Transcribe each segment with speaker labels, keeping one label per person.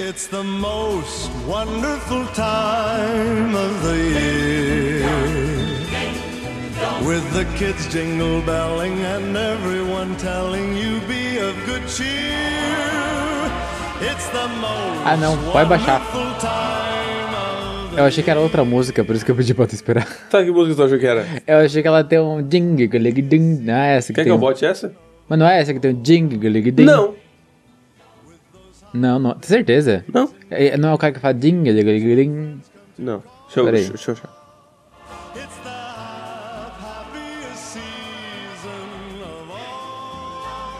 Speaker 1: It's the most wonderful time of the year. With the kids jingle belling and everyone telling you be of good cheer. It's the most
Speaker 2: Ah, não, vai baixar.
Speaker 1: wonderful time of the
Speaker 2: Eu achei que era outra música, por isso que eu pedi pra tu esperar.
Speaker 3: Tá, que música tu achou que era?
Speaker 2: Eu achei que ela tem um ding, gulig, ding. Não é essa que
Speaker 3: Quer que
Speaker 2: tem.
Speaker 3: eu
Speaker 2: um-
Speaker 3: bote essa?
Speaker 2: Mas não é essa que tem um ding, gulig, ding.
Speaker 3: Não,
Speaker 2: Não, não. Tem certeza?
Speaker 3: não,
Speaker 2: É, Não é o cara que fala ding, gulig, gulig, ding.
Speaker 3: não. Deixa eu,
Speaker 2: Peraí.
Speaker 3: deixa, eu- deixa eu achar.
Speaker 1: It's the happiest season of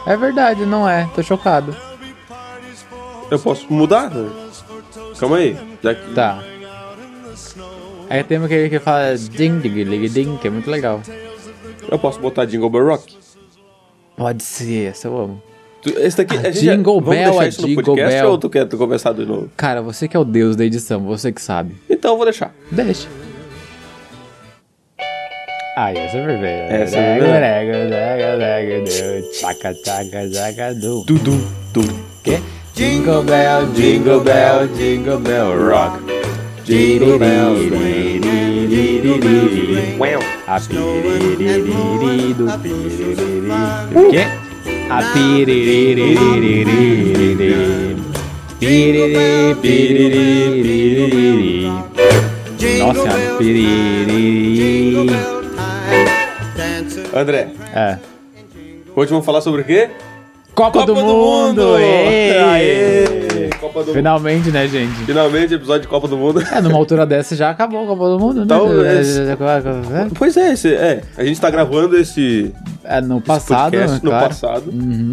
Speaker 1: all.
Speaker 2: É verdade, não é. Tô chocado.
Speaker 1: There'll be parties for
Speaker 3: Eu posso mudar?
Speaker 1: horses, for toast
Speaker 3: Calma aí. Já que-
Speaker 2: Tá.
Speaker 1: out in the snow.
Speaker 2: Aí tem aquele que fala ding, gulig, ding, que é muito legal.
Speaker 3: Eu posso botar Jingle Bell Rock?
Speaker 2: Pode ser, essa eu amo.
Speaker 3: Tu- Esse daqui,
Speaker 2: Ah,
Speaker 3: a gente já-
Speaker 2: Jingle
Speaker 3: vamos
Speaker 2: Bell,
Speaker 3: deixar
Speaker 2: a
Speaker 3: isso no
Speaker 2: Jingle
Speaker 3: podcast
Speaker 2: Bell.
Speaker 3: ou tu quer tu começar de novo?
Speaker 2: Cara, você que é o deus da edição, você que sabe.
Speaker 3: Então eu vou deixar.
Speaker 2: Deixa. Ah, essa é vermelha.
Speaker 3: Essa é
Speaker 2: Tchaca, tchaca, tchaca, do.
Speaker 3: Dudu, du.
Speaker 2: Quê? Jingle bell, jingle bell, jingle bell rock. Jingle bell, a piririri do piririri. O quê? A piririririri. Piriri, piriri, piriri. Nossa, a piriri.
Speaker 3: André,
Speaker 2: É.
Speaker 3: hoje vamos falar sobre o quê?
Speaker 2: Copa, do, Mundo! Ê!
Speaker 3: Aê! Copa do Mundo!
Speaker 2: Finalmente, né, gente?
Speaker 3: Finalmente, episódio de Copa do Mundo.
Speaker 2: É, numa altura dessa já acabou a Copa do Mundo, né?
Speaker 3: Talvez.
Speaker 2: É,
Speaker 3: Pois é, esse, é, a gente tá gravando esse
Speaker 2: É, no passado,
Speaker 3: podcast no
Speaker 2: claro.
Speaker 3: passado.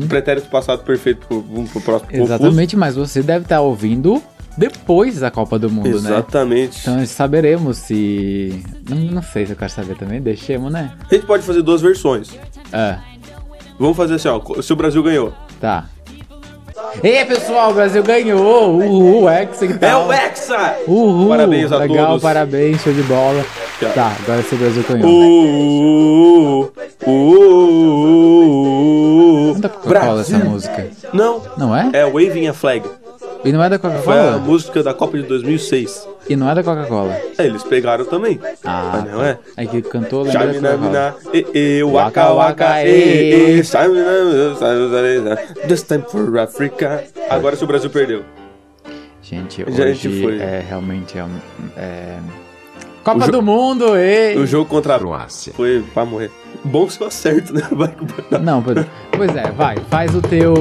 Speaker 3: Pretérito passado perfeito pro, vamos pro próximo confuso.
Speaker 2: Exatamente, mas você deve estar ouvindo depois da Copa do Mundo, né?
Speaker 3: Exatamente.
Speaker 2: Então saberemos se. Não, não sei se eu quero saber também, deixemos, né?
Speaker 3: A gente pode fazer duas versões.
Speaker 2: É,
Speaker 3: Vamos fazer assim, ó. Se o Brasil ganhou.
Speaker 2: tá. Ei, pessoal, o Brasil ganhou! Uhul, Hexa e
Speaker 3: É
Speaker 2: tal.
Speaker 3: o Hexa!
Speaker 2: Uhul!
Speaker 3: Parabéns a
Speaker 2: Legal,
Speaker 3: todos.
Speaker 2: parabéns, show de bola.
Speaker 3: Tchau.
Speaker 2: Tá, agora se o Brasil ganhou.
Speaker 3: Uh, uh,
Speaker 2: Não
Speaker 3: uh, uh,
Speaker 2: é da
Speaker 3: uh.
Speaker 2: Coca-Cola essa
Speaker 3: Brasil.
Speaker 2: música.
Speaker 3: Não,
Speaker 2: Não é?
Speaker 3: é Waving a Flag.
Speaker 2: E não é da
Speaker 3: Foi a
Speaker 2: Coca-Cola?
Speaker 3: música da Copa de 2006.
Speaker 2: E não é da Coca-Cola.
Speaker 3: É, eles pegaram também.
Speaker 2: Ah,
Speaker 3: Mas não é?
Speaker 2: É que cantou, lembra da
Speaker 3: Shamina,
Speaker 2: Coca-Cola.
Speaker 3: mina, e, e, waka,
Speaker 2: Waka,
Speaker 3: waka,
Speaker 2: waka,
Speaker 3: e,
Speaker 2: e,
Speaker 3: e, shamina, mina, shamina, mina. This time for Africa. Agora se o Brasil perdeu.
Speaker 2: Gente,
Speaker 3: Já a
Speaker 2: hoje
Speaker 3: gente foi.
Speaker 2: é realmente é, um- é- Copa
Speaker 3: jo-
Speaker 2: do Mundo, ei!
Speaker 3: O jogo contra a
Speaker 4: Croácia.
Speaker 3: Foi pra morrer. Bom se eu acerto, né? Vai que vai dar.
Speaker 2: Não, pois, pois é, vai, faz o teu.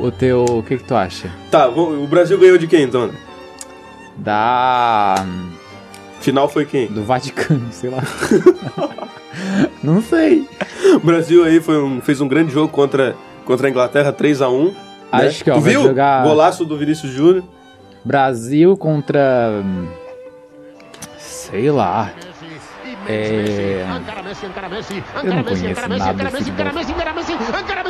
Speaker 2: O teu. O que que tu acha?
Speaker 3: Tá, vamos- o Brasil ganhou de quem então?
Speaker 2: Da.
Speaker 3: Final foi quem?
Speaker 2: Do Vaticano, sei lá. Não sei.
Speaker 3: O Brasil aí foi um- fez um grande jogo contra, contra a Inglaterra, 3x1.
Speaker 2: Acho que, é, ó,
Speaker 3: tu
Speaker 2: vai
Speaker 3: viu?
Speaker 2: jogar-
Speaker 3: Golaço do Vinícius Júnior.
Speaker 2: Brasil contra. hum, Sei lá. É. Eu não conheço nada de futebol.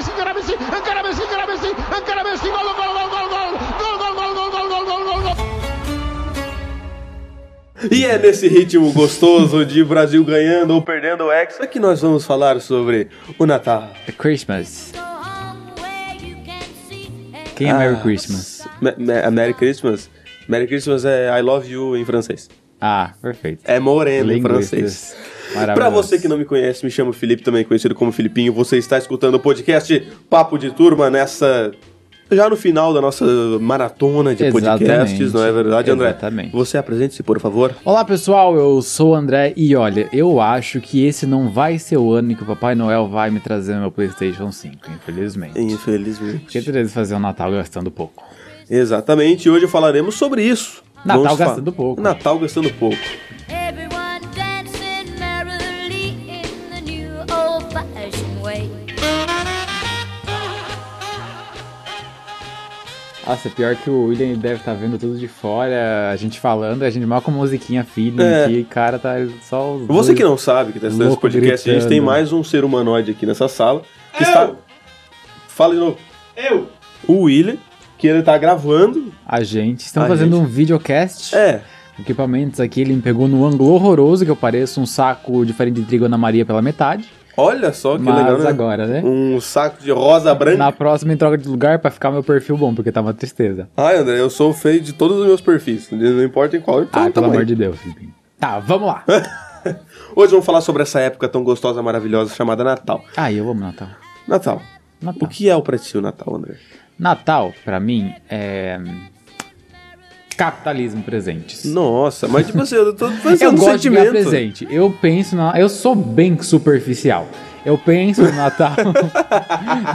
Speaker 3: E é nesse ritmo gostoso de Brasil ganhando ou perdendo o Hexa que nós vamos falar sobre o Natal.
Speaker 2: É Christmas. Quem é Merry
Speaker 3: Ah,
Speaker 2: Christmas?
Speaker 3: Ma- ma- é Merry Christmas. Merry Christmas é I love you em francês.
Speaker 2: Ah, perfeito.
Speaker 3: É moreno em francês.
Speaker 2: Linguistas.
Speaker 3: Pra
Speaker 2: Maravilhoso.
Speaker 3: você que não me conhece, me chamo Felipe, também conhecido como Filipinho. Você está escutando o podcast Papo de Turma nessa. Já no final da nossa maratona de
Speaker 2: Exatamente.
Speaker 3: podcasts, não é verdade, André?
Speaker 2: Exatamente.
Speaker 3: Você apresente-se, por favor.
Speaker 2: Olá pessoal, eu sou o André e olha, eu acho que esse não vai ser o ano em que o Papai Noel vai me trazer meu PlayStation 5, infelizmente.
Speaker 3: Infelizmente.
Speaker 2: Porque eu teria de fazer o Natal gastando pouco.
Speaker 3: Exatamente, e hoje falaremos sobre isso.
Speaker 2: Natal
Speaker 3: Vamos fa-
Speaker 2: gastando pouco.
Speaker 3: Natal gastando pouco.
Speaker 5: Everyone dancing merrily in the new old fashioned way.
Speaker 2: Nossa, pior que o William deve estar vendo tudo de fora, a gente falando, a gente mal com musiquinha filho
Speaker 3: É.
Speaker 2: aqui, cara, tá só os
Speaker 3: Você
Speaker 2: dois-
Speaker 3: que não sabe que tá assistindo esse
Speaker 2: Louco
Speaker 3: podcast, a gente
Speaker 2: gritando.
Speaker 3: tem mais um ser humanoide aqui nessa sala. Que está. Fala de novo. Eu! O William, que ele tá gravando.
Speaker 2: A gente, estamos
Speaker 3: A
Speaker 2: fazendo
Speaker 3: gente.
Speaker 2: um videocast.
Speaker 3: É,
Speaker 2: Equipamentos aqui, ele me pegou num ângulo horroroso que eu pareço um saco de farinha de trigo Ana Maria pela metade.
Speaker 3: Olha só que
Speaker 2: Mas
Speaker 3: legal, né?
Speaker 2: agora, né?
Speaker 3: Um saco de rosa branca.
Speaker 2: Na próxima, em troca de lugar pra ficar meu perfil bom, porque tá uma tristeza.
Speaker 3: Ai, André, eu sou feio de todos os meus perfis. Não importa em qual. Então,
Speaker 2: ah, pelo
Speaker 3: tamo aí.
Speaker 2: amor de Deus, Felipe. Tá, vamos lá.
Speaker 3: Hoje vamos falar sobre essa época tão gostosa, maravilhosa, chamada Natal.
Speaker 2: ah, eu amo Natal.
Speaker 3: Natal.
Speaker 2: Natal.
Speaker 3: O que é o pra ti o Natal, André?
Speaker 2: Natal, pra mim, é. Capitalismo presentes.
Speaker 3: Nossa, mas tipo assim, eu tô
Speaker 2: eu
Speaker 3: pensando no
Speaker 2: gosto de ganhar
Speaker 3: sentimento.
Speaker 2: presente. Eu penso na. Eu sou bem superficial. Eu penso no Natal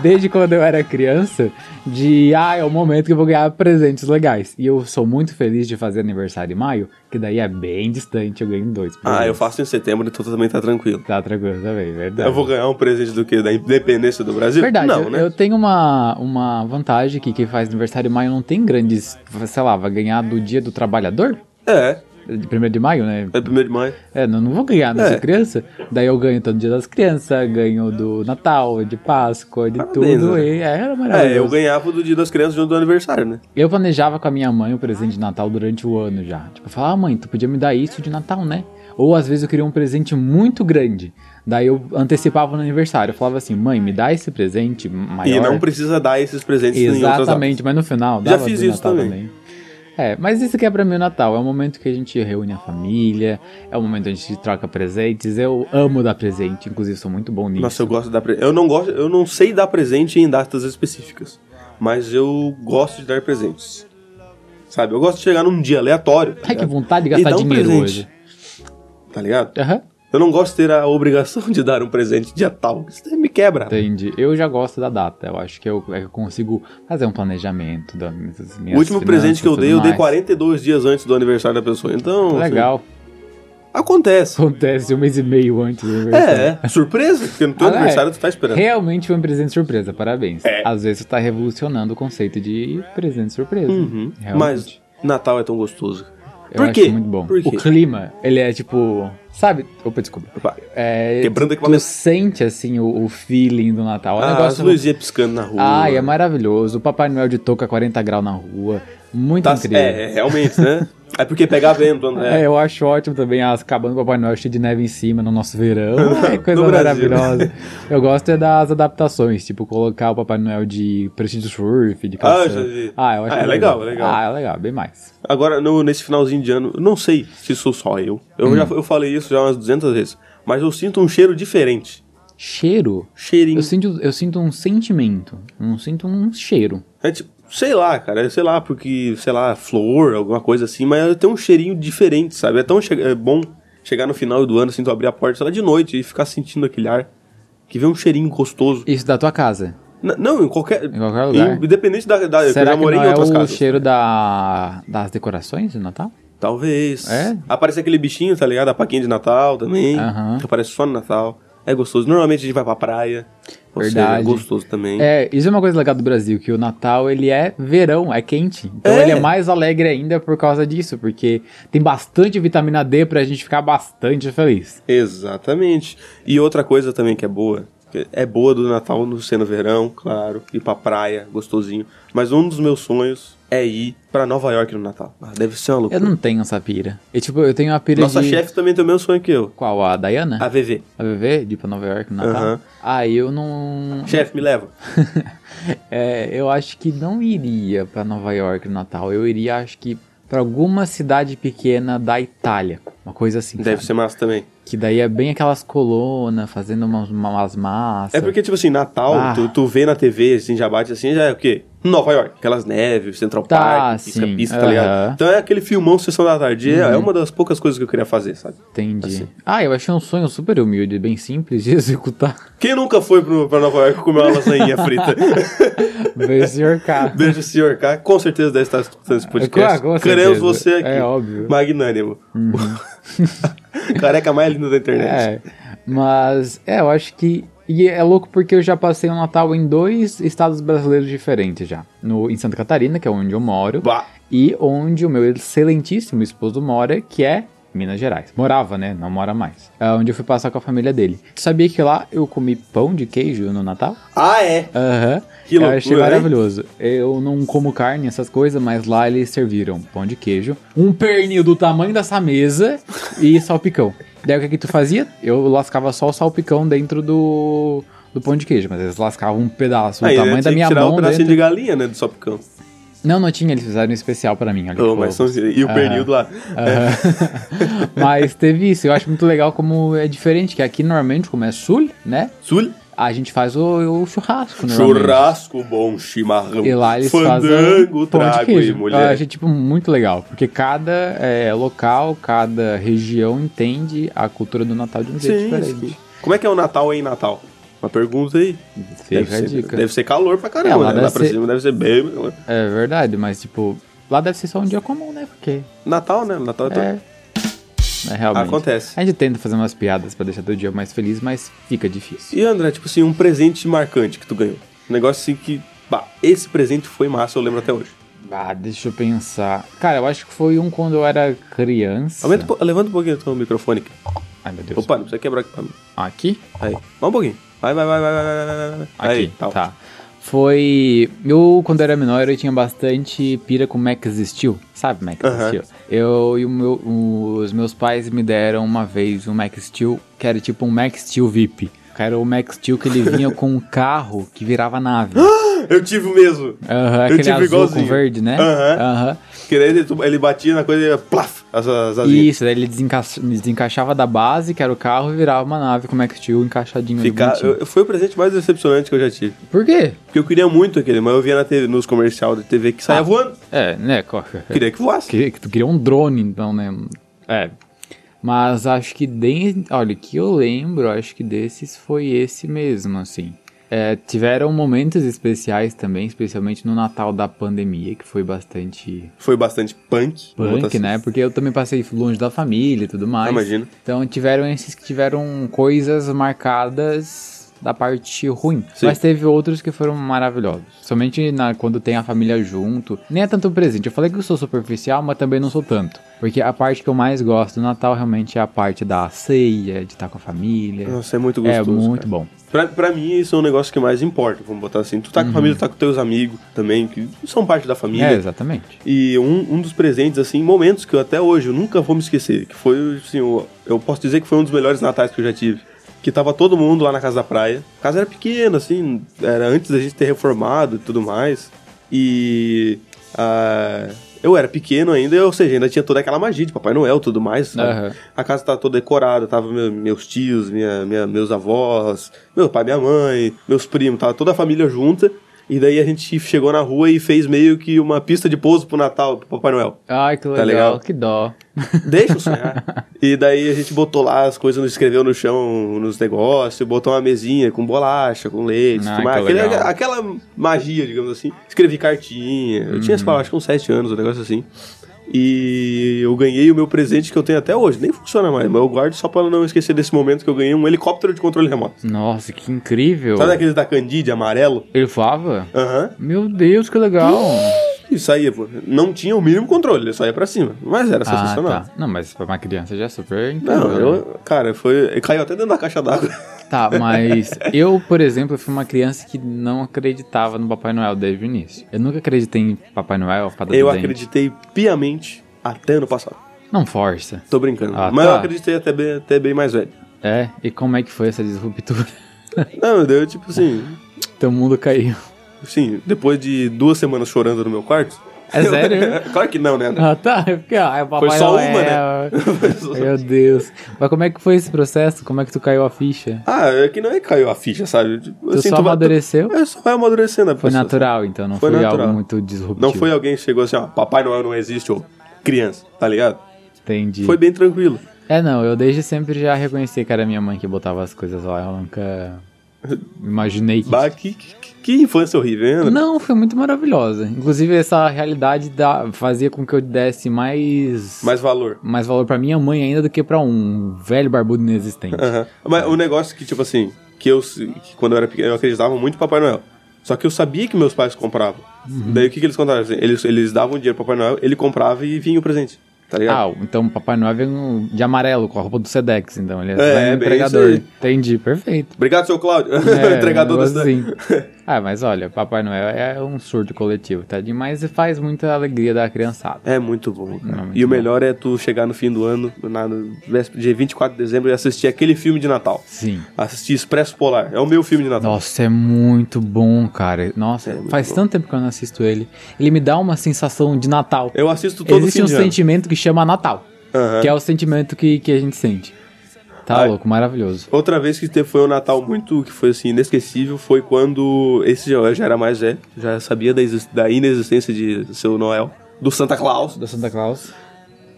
Speaker 2: desde quando eu era criança, de ah, é o momento que eu vou ganhar presentes legais. E eu sou muito feliz de fazer aniversário em maio, que daí é bem distante, eu ganho dois.
Speaker 3: ah, eu
Speaker 2: presentes.
Speaker 3: faço em setembro, então também tá tranquilo.
Speaker 2: Tá tranquilo também, verdade.
Speaker 3: Eu vou ganhar um presente do quê? Da independência do Brasil?
Speaker 2: Verdade,
Speaker 3: Não,
Speaker 2: eu,
Speaker 3: né?
Speaker 2: eu tenho uma, uma vantagem que quem faz aniversário em maio não tem grandes, sei lá, vai ganhar do dia do trabalhador?
Speaker 3: É,
Speaker 2: De 1 de maio, né?
Speaker 3: é primeiro de maio.
Speaker 2: É, não, não vou ganhar nessa
Speaker 3: É.
Speaker 2: criança. Daí eu ganho todo dia das crianças, ganho do Natal, de Páscoa, de
Speaker 3: Parabéns,
Speaker 2: tudo.
Speaker 3: né?
Speaker 2: E, é, era maravilhoso.
Speaker 3: É, eu ganhava do dia das crianças junto do aniversário, né?
Speaker 2: Eu planejava com a minha mãe o presente de Natal durante o ano já. Tipo, eu falava, ah, mãe, tu podia me dar isso de Natal, né? Ou às vezes eu queria um presente muito grande. Daí eu antecipava no aniversário. Eu falava assim, mãe, me dá esse presente maior.
Speaker 3: E não precisa dar esses presentes em outras datas.
Speaker 2: Exatamente, mas no final
Speaker 3: Já
Speaker 2: dava
Speaker 3: fiz
Speaker 2: do
Speaker 3: isso
Speaker 2: Natal
Speaker 3: também.
Speaker 2: É, mas isso que é pra mim o Natal. É o momento que a gente reúne a família, é o momento onde a gente troca presentes. Eu amo dar presente, inclusive sou muito bom nisso.
Speaker 3: Nossa, eu gosto de dar presente. Eu não gosto, eu não sei dar presente em datas específicas, mas eu gosto de dar presentes. Sabe? Eu gosto de chegar num dia aleatório. Tá
Speaker 2: Ai, que
Speaker 3: ligado?
Speaker 2: vontade de
Speaker 3: E
Speaker 2: gastar
Speaker 3: dar um
Speaker 2: dinheiro
Speaker 3: presente,
Speaker 2: hoje.
Speaker 3: Tá ligado?
Speaker 2: Aham,
Speaker 3: Eu não gosto de ter a obrigação de dar um presente dia tal. Isso daí me quebra.
Speaker 2: entendi. Eu já gosto da data. Eu acho que eu, é que eu consigo fazer um planejamento das minhas das
Speaker 3: O
Speaker 2: minhas
Speaker 3: último
Speaker 2: finanças
Speaker 3: presente que eu
Speaker 2: e
Speaker 3: dei,
Speaker 2: tudo
Speaker 3: eu dei
Speaker 2: mais.
Speaker 3: 42 dias antes do aniversário da pessoa. Então. assim,
Speaker 2: Legal.
Speaker 3: acontece.
Speaker 2: Acontece um mês e meio antes do aniversário.
Speaker 3: É, é. Surpresa, porque no teu
Speaker 2: Ah,
Speaker 3: aniversário
Speaker 2: é.
Speaker 3: tu tá esperando.
Speaker 2: Realmente foi um presente surpresa, parabéns.
Speaker 3: É.
Speaker 2: Às vezes você tá revolucionando o conceito de presente surpresa.
Speaker 3: Uhum. Mas
Speaker 2: Realmente.
Speaker 3: Natal é tão gostoso.
Speaker 2: eu
Speaker 3: Por
Speaker 2: acho
Speaker 3: quê?
Speaker 2: muito bom.
Speaker 3: Por
Speaker 2: O
Speaker 3: quê?
Speaker 2: clima, ele é tipo. Sabe? Opa, desculpa.
Speaker 3: Opa,
Speaker 2: É,
Speaker 3: Quebrando
Speaker 2: Tu
Speaker 3: equipamento.
Speaker 2: sente assim o, o feeling do Natal. O
Speaker 3: Ah, as
Speaker 2: negócio.
Speaker 3: luzinhas piscando na rua.
Speaker 2: Ai, é maravilhoso. O Papai Noel de touca 40 graus na rua. Muito
Speaker 3: Tá-
Speaker 2: incrível.
Speaker 3: é, é, realmente, né? É porque pega vento, André.
Speaker 2: É, eu acho ótimo também as cabanas do Papai Noel cheias de neve em cima no nosso verão. É coisa
Speaker 3: No Brasil.
Speaker 2: maravilhosa. Eu gosto é das adaptações, tipo colocar o Papai Noel de prancha de surf, de
Speaker 3: Ah, eu
Speaker 2: calça.
Speaker 3: já vi.
Speaker 2: Ah, eu acho
Speaker 3: Ah, é
Speaker 2: maravilhoso.
Speaker 3: legal, é legal.
Speaker 2: Ah, é legal, bem mais.
Speaker 3: Agora, no- nesse finalzinho de ano, eu não sei se sou só eu. Eu
Speaker 2: Hum.
Speaker 3: já eu falei isso já umas 200 vezes. Mas eu sinto um cheiro diferente.
Speaker 2: Cheiro.
Speaker 3: Cheirinho.
Speaker 2: Eu sinto, eu sinto um sentimento, não sinto um cheiro.
Speaker 3: É tipo, sei lá, cara. Sei lá, porque, sei lá, flor, alguma coisa assim. Mas tem um cheirinho diferente, sabe? É tão che- é bom chegar no final do ano, assim, tu abrir a porta, sei lá, de noite e ficar sentindo aquele ar. Que vem um cheirinho gostoso.
Speaker 2: Isso da tua casa.
Speaker 3: N- não, em qualquer. Em
Speaker 2: qualquer lugar.
Speaker 3: Independente da. da Ah, eu
Speaker 2: Será
Speaker 3: já
Speaker 2: que não
Speaker 3: morei em
Speaker 2: é
Speaker 3: outras
Speaker 2: o
Speaker 3: casas. né?
Speaker 2: cheiro da, das decorações de Natal?
Speaker 3: Talvez.
Speaker 2: É?
Speaker 3: Aparece aquele bichinho, tá ligado? A paquinha de Natal também.
Speaker 2: Aham.
Speaker 3: Que aparece só no Natal. É gostoso. Normalmente a gente vai pra praia. Ou seja,
Speaker 2: Verdade.
Speaker 3: é gostoso também.
Speaker 2: É, isso é uma coisa legal do Brasil, que o Natal ele é verão, é quente. Então
Speaker 3: É.
Speaker 2: ele é mais alegre ainda por causa disso, porque tem bastante vitamina D pra gente ficar bastante feliz.
Speaker 3: Exatamente. E outra coisa também que é boa. que É boa do Natal no ser no verão, claro. Ir pra praia, gostosinho. Mas um dos meus sonhos é ir pra Nova York no Natal. Ah, deve ser uma
Speaker 2: Eu
Speaker 3: loucura.
Speaker 2: não tenho essa pira. Eu, tipo, eu tenho a pira
Speaker 3: Nossa
Speaker 2: de...
Speaker 3: chefe também tem o mesmo sonho que eu.
Speaker 2: Qual? A Dayana?
Speaker 3: A VV.
Speaker 2: A bebê? De ir pra Nova York no Natal?
Speaker 3: Aham.
Speaker 2: Aí eu não...
Speaker 3: Chefe, me leva.
Speaker 2: É, eu acho que não iria pra Nova York no Natal. Eu iria, acho que, pra alguma cidade pequena da Itália. Uma coisa assim,
Speaker 3: Deve
Speaker 2: sabe?
Speaker 3: ser massa também.
Speaker 2: Que daí é bem aquelas colonas, fazendo umas, umas massas.
Speaker 3: É porque, tipo assim, Natal,
Speaker 2: Ah.
Speaker 3: tu, tu vê na TV, assim, já bate assim, já é o quê? Nova York, aquelas neves, Central
Speaker 2: Tá,
Speaker 3: Park,
Speaker 2: sim,
Speaker 3: pisca-pisca, tá
Speaker 2: aham. Uhum.
Speaker 3: ligado? Então é aquele filmão Sessão da Tarde, é- é uma das poucas coisas que eu queria fazer, sabe?
Speaker 2: Entendi.
Speaker 3: assim.
Speaker 2: Ah, eu achei um sonho super humilde, bem simples de executar.
Speaker 3: Quem nunca foi pro, pra Nova York comer uma lasanha frita?
Speaker 2: Veio senhor K.
Speaker 3: Beijo, senhor K. Com certeza deve estar escutando esse podcast.
Speaker 2: Ah, com certeza.
Speaker 3: Queremos você aqui.
Speaker 2: É óbvio. Uhum.
Speaker 3: Magnânimo. Careca mais linda da internet.
Speaker 2: É, mas é, eu acho que. E é louco porque eu já passei o Natal em dois estados brasileiros diferentes já. No, em Santa Catarina, que é onde eu moro,
Speaker 3: Bah.
Speaker 2: e onde o meu excelentíssimo esposo mora, que é Minas Gerais. Morava, né? Não mora mais. É onde eu fui passar com a família dele. Sabia que lá eu comi pão de queijo no Natal?
Speaker 3: Ah, é.
Speaker 2: Aham.
Speaker 3: Que
Speaker 2: eu
Speaker 3: loucura,
Speaker 2: achei
Speaker 3: hein?
Speaker 2: maravilhoso. Eu não como carne, essas coisas, mas lá eles serviram pão de queijo, um pernil do tamanho dessa mesa e salpicão. Daí o que que tu fazia? Eu lascava só o salpicão dentro do, do pão de queijo, mas eles lascavam um pedaço, o
Speaker 3: Aí, né,
Speaker 2: tamanho da
Speaker 3: tinha que
Speaker 2: minha
Speaker 3: tirar um
Speaker 2: mão
Speaker 3: pedacinho
Speaker 2: dentro.
Speaker 3: de galinha, né, do salpicão.
Speaker 2: Não, não tinha, eles fizeram um especial pra mim, olha
Speaker 3: Oh,
Speaker 2: que
Speaker 3: mas
Speaker 2: fofo.
Speaker 3: são- E o pernil do É, lado.
Speaker 2: É. Aham. Mas teve isso, eu acho muito legal como é diferente, que aqui normalmente, como é sul, né?
Speaker 3: Sul,
Speaker 2: A gente faz o, o churrasco, normalmente.
Speaker 3: churrasco, bom chimarrão.
Speaker 2: E lá eles fazem
Speaker 3: Fandango,
Speaker 2: pão de
Speaker 3: trago
Speaker 2: queijo.
Speaker 3: e
Speaker 2: Eu
Speaker 3: mulher.
Speaker 2: achei, tipo, muito legal. Porque cada eh, local, cada região entende a cultura do Natal de um jeito
Speaker 3: Sim,
Speaker 2: diferente.
Speaker 3: sim. Como é que é o Natal aí, Natal? Uma pergunta aí.
Speaker 2: Fica a
Speaker 3: ser,
Speaker 2: dica.
Speaker 3: deve ser calor pra
Speaker 2: É,
Speaker 3: caramba,
Speaker 2: lá
Speaker 3: né? Lá
Speaker 2: deve
Speaker 3: pra
Speaker 2: ser-
Speaker 3: cima deve ser bem. calor.
Speaker 2: É verdade, mas, tipo, lá deve ser só um dia comum, né? Porque
Speaker 3: Natal, né? Natal é, todo-
Speaker 2: é... é realmente.
Speaker 3: Acontece.
Speaker 2: A gente tenta fazer umas piadas pra deixar teu dia mais feliz, mas fica difícil.
Speaker 3: E André, tipo assim, um presente marcante que tu ganhou. Um negócio assim que. Bah, esse presente foi massa, eu lembro até hoje.
Speaker 2: Ah, deixa eu pensar. Cara, eu acho que foi um quando eu era criança.
Speaker 3: Aumenta, um po- levanta um pouquinho o teu microfone aqui.
Speaker 2: Ai, meu Deus.
Speaker 3: Opa, não precisa quebrar aqui pra mim.
Speaker 2: Aqui?
Speaker 3: Aí. Vai um pouquinho. Vai, vai, vai, vai, vai, vai, vai, vai, vai.
Speaker 2: Aqui,
Speaker 3: Aí, tal.
Speaker 2: tá. Foi. Eu, quando era menor, eu tinha bastante pira com Max Steel. Sabe Max
Speaker 3: Aham.
Speaker 2: Steel? Eu e o meu- os meus pais me deram uma vez um Max Steel que era tipo um Max Steel VIP. Que Era o Max Steel que ele vinha com um carro que virava nave.
Speaker 3: Eu tive o mesmo.
Speaker 2: Aham,
Speaker 3: eu
Speaker 2: aquele
Speaker 3: tive
Speaker 2: azul
Speaker 3: igualzinho.
Speaker 2: com verde, né?
Speaker 3: Aham.
Speaker 2: Aham.
Speaker 3: Que daí ele, tu- ele batia na coisa e ia, plaf, as, as asinhas.
Speaker 2: Isso, daí ele desenca- desencaixava da base, que era o carro, e virava uma nave com o Max Steel encaixadinho ali
Speaker 3: Ficar,
Speaker 2: bonitinho.
Speaker 3: eu- foi o presente mais decepcionante que eu já tive.
Speaker 2: Por quê?
Speaker 3: Porque eu queria muito aquele, mas eu via na TV, nos comercial da TV que saia
Speaker 2: Ah.
Speaker 3: voando.
Speaker 2: É, né, Coca?
Speaker 3: Queria que voasse.
Speaker 2: que, que tu queria um drone, então, né? É. Mas acho que desde. Olha, que eu lembro, acho que desses foi esse mesmo, assim. É, tiveram momentos especiais também, especialmente no Natal da pandemia, que foi bastante
Speaker 3: Foi bastante punk. vou botar
Speaker 2: punk,
Speaker 3: assim.
Speaker 2: né? Porque eu também passei longe da família e tudo mais.
Speaker 3: Ah, imagino.
Speaker 2: Então tiveram esses que tiveram coisas marcadas da parte ruim.
Speaker 3: Sim.
Speaker 2: Mas teve outros que foram maravilhosos. Somente na, quando tem a família junto. Nem é tanto presente. Eu falei que eu sou superficial, mas também não sou tanto. Porque a parte que eu mais gosto do Natal realmente é a parte da ceia, de estar com a família.
Speaker 3: Nossa, é muito
Speaker 2: é
Speaker 3: gostoso.
Speaker 2: muito
Speaker 3: cara.
Speaker 2: bom.
Speaker 3: Pra, pra mim, isso é um negócio que mais importa, vamos botar assim. Tu tá com a família, tu tá com teus amigos também, que são parte da família.
Speaker 2: Uhum. É, exatamente.
Speaker 3: E um, um dos presentes, assim, momentos que eu até hoje eu nunca vou me esquecer, que foi, assim, eu, eu posso dizer que foi um dos melhores natais que eu já tive. Que tava todo mundo lá na casa da praia. A casa era pequena, assim, era antes da gente ter reformado e tudo mais. E. ah, eu era pequeno ainda, ou seja, ainda tinha toda aquela magia de Papai Noel e tudo mais. sabe?
Speaker 2: Aham.
Speaker 3: A casa tava toda decorada, tava meu- meus tios, minha, minha- meus avós, meu pai, minha mãe, meus primos, tava toda a família junta. E daí a gente chegou na rua e fez meio que uma pista de pouso pro Natal, pro Papai Noel.
Speaker 2: Ai, que legal,
Speaker 3: Tá legal?
Speaker 2: que dó.
Speaker 3: Deixa eu sonhar. e daí a gente botou lá as coisas, escreveu no chão, nos negócios, botou uma mesinha com bolacha, com leite,
Speaker 2: Ah,
Speaker 3: tudo mais.
Speaker 2: que legal.
Speaker 3: Aquele- aquela magia, digamos assim. Escrevi cartinha. Eu tinha, sei
Speaker 2: Uhum.
Speaker 3: lá, acho que uns 7 anos, um negócio assim. E eu ganhei o meu presente que eu tenho até hoje. Nem funciona mais, mas eu guardo só pra não esquecer desse momento que eu ganhei um helicóptero de controle remoto.
Speaker 2: Nossa, que incrível.
Speaker 3: Sabe aqueles da Candide, amarelo?
Speaker 2: Ele voava?
Speaker 3: Aham.
Speaker 2: Meu Deus, que legal.
Speaker 3: E saía, pô. Não tinha o mínimo controle, ele saía pra cima. Mas era
Speaker 2: Ah,
Speaker 3: sensacional.
Speaker 2: tá. Não, mas pra uma criança já é super incrível.
Speaker 3: é Não,
Speaker 2: né?
Speaker 3: eu, cara, foi. Caiu até dentro da caixa d'água.
Speaker 2: Tá, mas eu, por exemplo, fui uma criança que não acreditava no Papai Noel desde o início. Eu nunca acreditei em Papai Noel, Fada
Speaker 3: Eu
Speaker 2: do Dente.
Speaker 3: acreditei piamente até ano passado.
Speaker 2: Não força.
Speaker 3: Tô brincando.
Speaker 2: Ah,
Speaker 3: mas
Speaker 2: tá.
Speaker 3: eu acreditei até bem, até bem mais velho.
Speaker 2: É, e como é que foi essa disruptura?
Speaker 3: Não, deu tipo assim.
Speaker 2: Teu mundo caiu.
Speaker 3: Sim, depois de duas semanas chorando no meu quarto.
Speaker 2: É sério?
Speaker 3: claro que não, né? André?
Speaker 2: Ah, tá. Eu fiquei, ah, é o Papai
Speaker 3: Foi só
Speaker 2: Noel.
Speaker 3: uma, né? Foi só-
Speaker 2: Meu Deus. Mas como é que foi esse processo? Como é que tu caiu a ficha?
Speaker 3: Ah, é que não é que caiu a ficha, sabe? Tipo,
Speaker 2: Tu só
Speaker 3: vai-
Speaker 2: amadureceu?
Speaker 3: É, só vai amadurecendo a
Speaker 2: Foi
Speaker 3: pessoa,
Speaker 2: natural, então, não
Speaker 3: Foi
Speaker 2: foi,
Speaker 3: natural.
Speaker 2: algo muito disruptivo.
Speaker 3: Não foi alguém que chegou assim, ó, Papai Noel não existe, ô, criança, tá ligado?
Speaker 2: Entendi.
Speaker 3: Foi bem tranquilo.
Speaker 2: É, não, eu desde sempre já reconheci que era minha mãe que botava as coisas lá. Eu nunca imaginei que
Speaker 3: Bah, que, que, que infância horrível, hein? André?
Speaker 2: Não, foi muito maravilhosa. Inclusive, essa realidade da, fazia com que eu desse mais, mais...
Speaker 3: Mais valor.
Speaker 2: valor pra minha mãe ainda do que pra um velho barbudo inexistente.
Speaker 3: Aham. Mas o negócio que, tipo assim, que eu, que quando eu era pequeno, eu acreditava muito em Papai Noel. Só que eu sabia que meus pais compravam.
Speaker 2: Uhum.
Speaker 3: Daí o que, que eles contaram? Eles, eles davam dinheiro pro Papai Noel, ele comprava e vinha o presente. Tá ligado?
Speaker 2: Ah, então o Papai Noel vem de amarelo, com a roupa do Sedex, então. Ele é,
Speaker 3: É,
Speaker 2: só um
Speaker 3: bem
Speaker 2: entregador.
Speaker 3: isso
Speaker 2: Entendi, perfeito.
Speaker 3: Obrigado, seu Cláudio.
Speaker 2: É,
Speaker 3: Entregador da
Speaker 2: negócio
Speaker 3: cidade.
Speaker 2: Ah, mas olha, Papai Noel é um surto coletivo, tá? Mas faz muita alegria da criançada.
Speaker 3: É muito bom. cara.
Speaker 2: É muito
Speaker 3: e o
Speaker 2: bom.
Speaker 3: melhor é tu chegar no fim do ano, na, no véspera- dia 24 de dezembro, e assistir aquele filme de Natal.
Speaker 2: Sim.
Speaker 3: Assistir Expresso Polar. É o meu filme de Natal.
Speaker 2: Nossa, é muito bom, cara. Nossa,
Speaker 3: É muito
Speaker 2: faz
Speaker 3: bom.
Speaker 2: tanto tempo que eu não assisto ele. Ele me dá uma sensação de Natal.
Speaker 3: Eu assisto todo
Speaker 2: Existe
Speaker 3: fim
Speaker 2: um
Speaker 3: de ano.
Speaker 2: sentimento que chama Natal.
Speaker 3: Aham.
Speaker 2: Que é o sentimento que, que a gente sente. Tá
Speaker 3: Ai.
Speaker 2: louco, maravilhoso.
Speaker 3: Outra vez que te- foi um Natal muito, que foi assim, inesquecível, foi quando. Esse já, eu já era mais velho, já sabia da, exis- da inexistência de seu Noel, do Santa Claus.
Speaker 2: Do Santa Claus.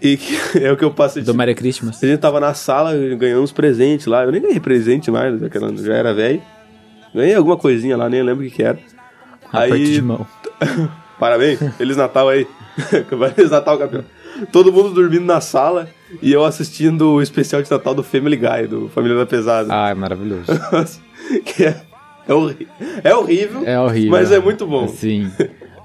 Speaker 3: E que é o que eu passei de.
Speaker 2: Do Merry Christmas.
Speaker 3: A gente tava na sala ganhando uns presentes lá. Eu nem ganhei presente mais, aquela já era velho. Ganhei alguma coisinha lá, nem lembro o que, que era.
Speaker 2: Aperto de
Speaker 3: Aí.
Speaker 2: mão.
Speaker 3: Parabéns, Feliz Natal aí. Feliz Natal, campeão. Todo mundo dormindo na sala e eu assistindo o especial de Natal do Family Guy, do Família da Pesada.
Speaker 2: Ai, maravilhoso.
Speaker 3: que é, é, horri- é horrível.
Speaker 2: É horrível.
Speaker 3: Mas é muito bom.
Speaker 2: Sim.